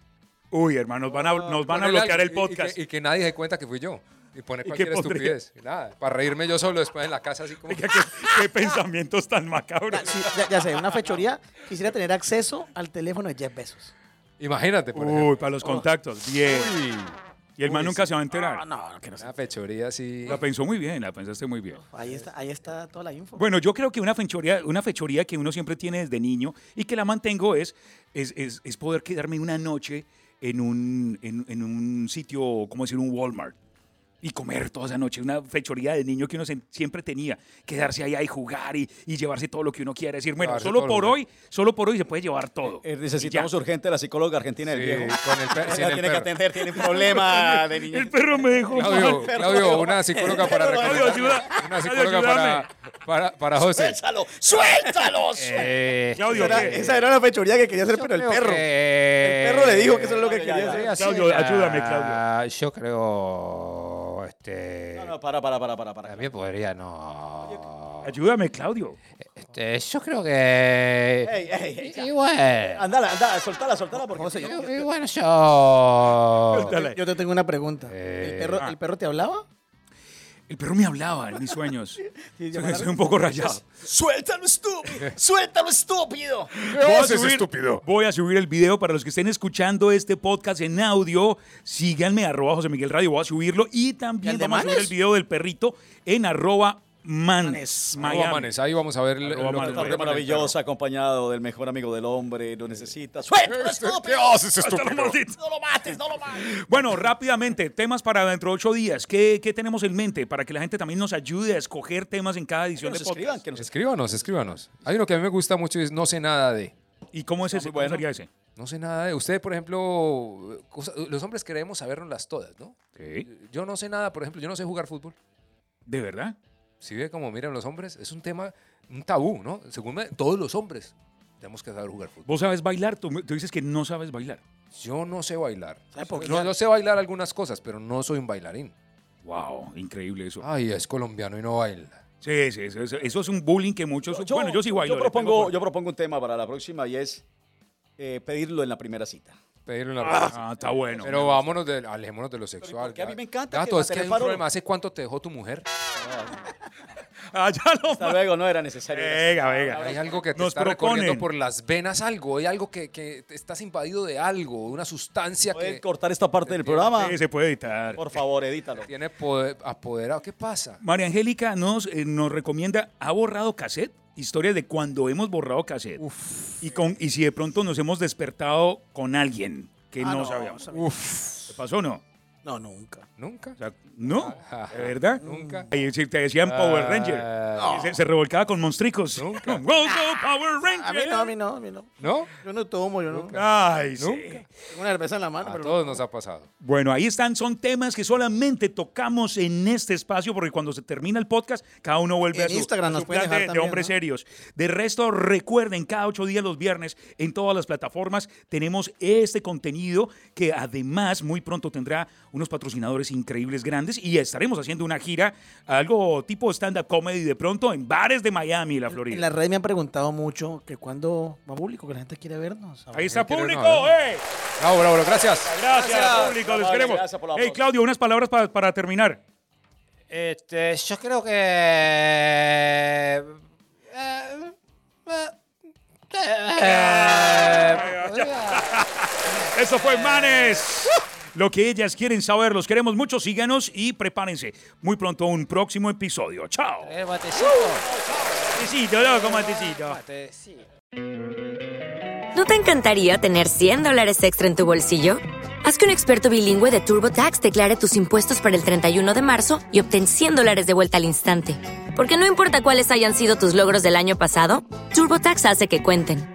Speaker 7: Uy, hermanos, van a, nos van a
Speaker 6: Ponerle
Speaker 7: bloquear el
Speaker 6: algo y- y que-
Speaker 7: podcast.
Speaker 6: Y, que nadie se dé cuenta que fui yo. Y poner
Speaker 7: ¿Y qué
Speaker 6: cualquier
Speaker 7: pondría?
Speaker 6: estupidez. Nada, para reírme yo solo después en la casa así como...
Speaker 7: Oiga, qué, qué pensamientos tan macabros.
Speaker 9: Sí, ya, ya sé, una fechoría. Quisiera tener acceso al teléfono de Jeff Bezos.
Speaker 6: Imagínate, por ejemplo.
Speaker 7: Uy, para los contactos. Bien. Y el man
Speaker 6: Uy,
Speaker 7: nunca
Speaker 6: sí.
Speaker 7: se va a enterar.
Speaker 9: No, no quiero saber.
Speaker 6: Una fechoría así...
Speaker 7: La pensó muy bien, la pensaste muy bien.
Speaker 9: Ahí está, ahí está toda la info.
Speaker 7: Bueno, yo creo que una fechoría, una fechoría que uno siempre tiene desde niño y que la mantengo es, es, es- es poder quedarme una noche en un, en, en un sitio, ¿cómo decir? Un Walmart. y comer toda esa noche. Una fechoría de niño que uno se- siempre tenía. Quedarse allá y jugar y, y llevarse todo lo que uno quiera. Decir, bueno,
Speaker 8: Llevarse
Speaker 7: solo
Speaker 8: todo lo
Speaker 7: por
Speaker 8: que-
Speaker 7: hoy, solo por hoy se puede llevar todo.
Speaker 8: Eh,
Speaker 7: Y
Speaker 8: Necesitamos
Speaker 7: ya.
Speaker 8: urgente a la psicóloga argentina del
Speaker 7: Sí,
Speaker 8: viejo.
Speaker 7: con el per- sin
Speaker 8: Ella
Speaker 7: el
Speaker 8: tiene que
Speaker 7: perro.
Speaker 8: atender, tiene un problema de niñez.
Speaker 7: El perro me dejó
Speaker 6: Claudio,
Speaker 7: mal.
Speaker 6: Claudio, una psicóloga para
Speaker 7: Claudio,
Speaker 6: recomendar-
Speaker 7: ayuda.
Speaker 6: Una
Speaker 7: Claudio,
Speaker 6: psicóloga para, para, para José.
Speaker 8: ¡Suéltalo! ¡Suéltalo!
Speaker 6: Eh,
Speaker 7: Claudio,
Speaker 8: esa, era,
Speaker 7: ¿qué?
Speaker 8: esa era la fechoría que quería hacer, pero el perro. El perro le dijo que eso es lo que quería hacer.
Speaker 7: Claudio, ayúdame, Claudio.
Speaker 13: Ah, yo creo. Este.
Speaker 8: No, no, para, para, para, para. para.
Speaker 13: También podría, no.
Speaker 7: Ayúdame, Claudio.
Speaker 13: Este, yo creo que.
Speaker 8: Ey, ey, ey, ya.
Speaker 13: Igual.
Speaker 8: Andala, andala, soltala, soltala. Porque yo,
Speaker 13: Bueno, yo.
Speaker 9: Yo, yo te tengo una pregunta. ¿El, perro,
Speaker 7: ah.
Speaker 9: el perro te hablaba?
Speaker 7: El perro me hablaba en mis sueños.
Speaker 9: llamaron-
Speaker 7: Soy un poco rayado.
Speaker 8: ¡Suéltalo, estúpido! ¡Suéltalo, estúpido!
Speaker 7: estúpido. Voy a subir el video para los que estén escuchando este podcast en audio. Síganme, arroba José Miguel Radio. Voy a subirlo y
Speaker 9: ¿Y
Speaker 7: también
Speaker 9: el de
Speaker 7: vamos a subir el
Speaker 9: Manes?
Speaker 7: video del perrito en arroba manes.
Speaker 6: Arroba
Speaker 7: Miami.
Speaker 6: Manes, ahí vamos a ver lo-
Speaker 7: Arroba
Speaker 6: lo que
Speaker 7: Manes.
Speaker 6: ocurre con el perro.
Speaker 8: Maravillosa, acompañado del mejor amigo del hombre, lo necesita. ¡Suéltalo, estúpido!
Speaker 7: ¿Qué haces, estúpido?
Speaker 8: ¡No lo mates, no lo mates, no lo mates!
Speaker 7: Bueno, rápidamente, temas para dentro de ocho días. ¿Qué, qué tenemos en mente? Para que la gente también nos ayude a escoger temas en cada edición de podcast.
Speaker 6: Escríbanos, escríbanos. Hay uno que a mí me gusta mucho y es no sé nada de.
Speaker 7: ¿Y cómo es ese? ¿Cómo sería ese?
Speaker 6: No sé nada de. Usted, por ejemplo, cosa- los hombres queremos sabernoslas todas, ¿no? Yo no sé nada, por ejemplo, yo no sé jugar fútbol.
Speaker 7: ¿De verdad?
Speaker 6: Si ve como miran los hombres, es un tema, un tabú, ¿no? Según me- todos los hombres tenemos que saber jugar fútbol.
Speaker 7: ¿Vos sabes bailar? Tú, me- tú dices que no sabes bailar.
Speaker 6: Yo no sé bailar.
Speaker 9: ¿Sabe por qué?
Speaker 6: No, yo sé bailar algunas cosas, pero no soy un bailarín.
Speaker 7: Wow, increíble
Speaker 8: Ah.
Speaker 7: eso.
Speaker 6: Ay, es colombiano y no baila.
Speaker 7: Sí, sí, eso, eso- eso es un bullying que muchos... bueno, yo sí bailo.
Speaker 8: Yo
Speaker 7: le tengo
Speaker 8: propongo,
Speaker 7: por-
Speaker 8: yo propongo un tema para la próxima y es eh, pedirlo en la primera cita.
Speaker 6: Pedirle una
Speaker 7: Ah, está bueno.
Speaker 6: Pero vámonos, de, alejémonos de lo sexual.
Speaker 8: qué a mí me encanta
Speaker 6: Gato,
Speaker 8: que
Speaker 6: es que hay un
Speaker 8: Natalia Faro-
Speaker 6: problema. ¿Hace cuánto te dejó tu mujer?
Speaker 7: Ah, ya lo...
Speaker 8: Hasta luego, no era necesario.
Speaker 7: Venga, venga.
Speaker 6: Hay algo que te
Speaker 7: Nos
Speaker 6: está recorriendo
Speaker 7: proponen.
Speaker 6: por las venas algo. Hay algo que, que te estás invadido de algo, de una sustancia
Speaker 8: ¿Pueden
Speaker 6: que
Speaker 8: cortar esta parte del programa?
Speaker 7: Sí, se puede editar.
Speaker 8: Por favor, edítalo.
Speaker 6: tiene poder, apoderado. ¿Qué pasa?
Speaker 7: María Angélica nos, eh, nos recomienda, ¿ha borrado cassette? Historias de cuando hemos borrado cassette. Y, con, y si de pronto nos hemos despertado con alguien que
Speaker 9: Ah,
Speaker 7: no,
Speaker 9: no,
Speaker 7: sabíamos.
Speaker 9: sabíamos.
Speaker 7: Uf. ¿Te pasó o no?
Speaker 9: No, nunca.
Speaker 6: Nunca.
Speaker 7: O sea, no,
Speaker 9: Ah,
Speaker 6: Ajá.
Speaker 7: ¿de verdad?
Speaker 6: Nunca.
Speaker 7: Y si te decían Power
Speaker 6: Ah,
Speaker 7: Ranger, y se, se revolcaba con monstricos.
Speaker 6: Nunca.
Speaker 7: Go, go, Power
Speaker 9: A mí
Speaker 7: Ranger.
Speaker 9: no, a mí no, a mí no.
Speaker 6: ¿No?
Speaker 9: Yo no tomo, yo no.
Speaker 7: Ay, sí.
Speaker 6: Nunca.
Speaker 9: Tengo una cerveza en
Speaker 7: Ah,
Speaker 9: la mano,
Speaker 6: A
Speaker 9: pero.
Speaker 6: todos nos ha pasado.
Speaker 7: Bueno, ahí están, son temas que solamente tocamos en este espacio porque cuando se termina el podcast, cada uno vuelve
Speaker 9: En
Speaker 7: a su,
Speaker 9: Instagram
Speaker 7: a su
Speaker 9: nos pueden
Speaker 7: plan
Speaker 9: dejar
Speaker 7: de, de
Speaker 9: también,
Speaker 7: hombres
Speaker 9: ¿no?
Speaker 7: serios. De resto, recuerden, cada ocho días los viernes en todas las plataformas tenemos este contenido que además muy pronto tendrá unos patrocinadores increíbles grandes y estaremos haciendo una gira, algo tipo stand-up comedy de pronto en bares de Miami, la Florida.
Speaker 9: En la red me han preguntado mucho que cuándo va público, que la gente quiere vernos.
Speaker 7: Ahí está
Speaker 6: Quiero
Speaker 7: público,
Speaker 6: no,
Speaker 7: ¡eh!
Speaker 6: Bravo, bravo, bravo, Ah, gracias.
Speaker 7: Gracias,
Speaker 8: Gracias.
Speaker 7: público, les
Speaker 8: Amable,
Speaker 7: queremos.
Speaker 8: gracias por la
Speaker 7: Hey,
Speaker 8: voz.
Speaker 7: Claudio, unas palabras pa- para terminar.
Speaker 13: Este, yo creo que. eh, eh, eh,
Speaker 7: Eso fue Manes. Lo que ellas quieren saber, los queremos mucho. Síganos y prepárense. Muy pronto un próximo episodio. Chao. Uh,
Speaker 13: eh, matecito.
Speaker 7: Matecito, loco, matecito.
Speaker 13: Matecito.
Speaker 14: ¿No te encantaría tener 100 dólares extra en tu bolsillo? Haz que un experto bilingüe de TurboTax declare tus impuestos para el 31 de marzo y obtén 100 dólares de vuelta al instante. Porque no importa cuáles hayan sido tus logros del año pasado, TurboTax hace que cuenten.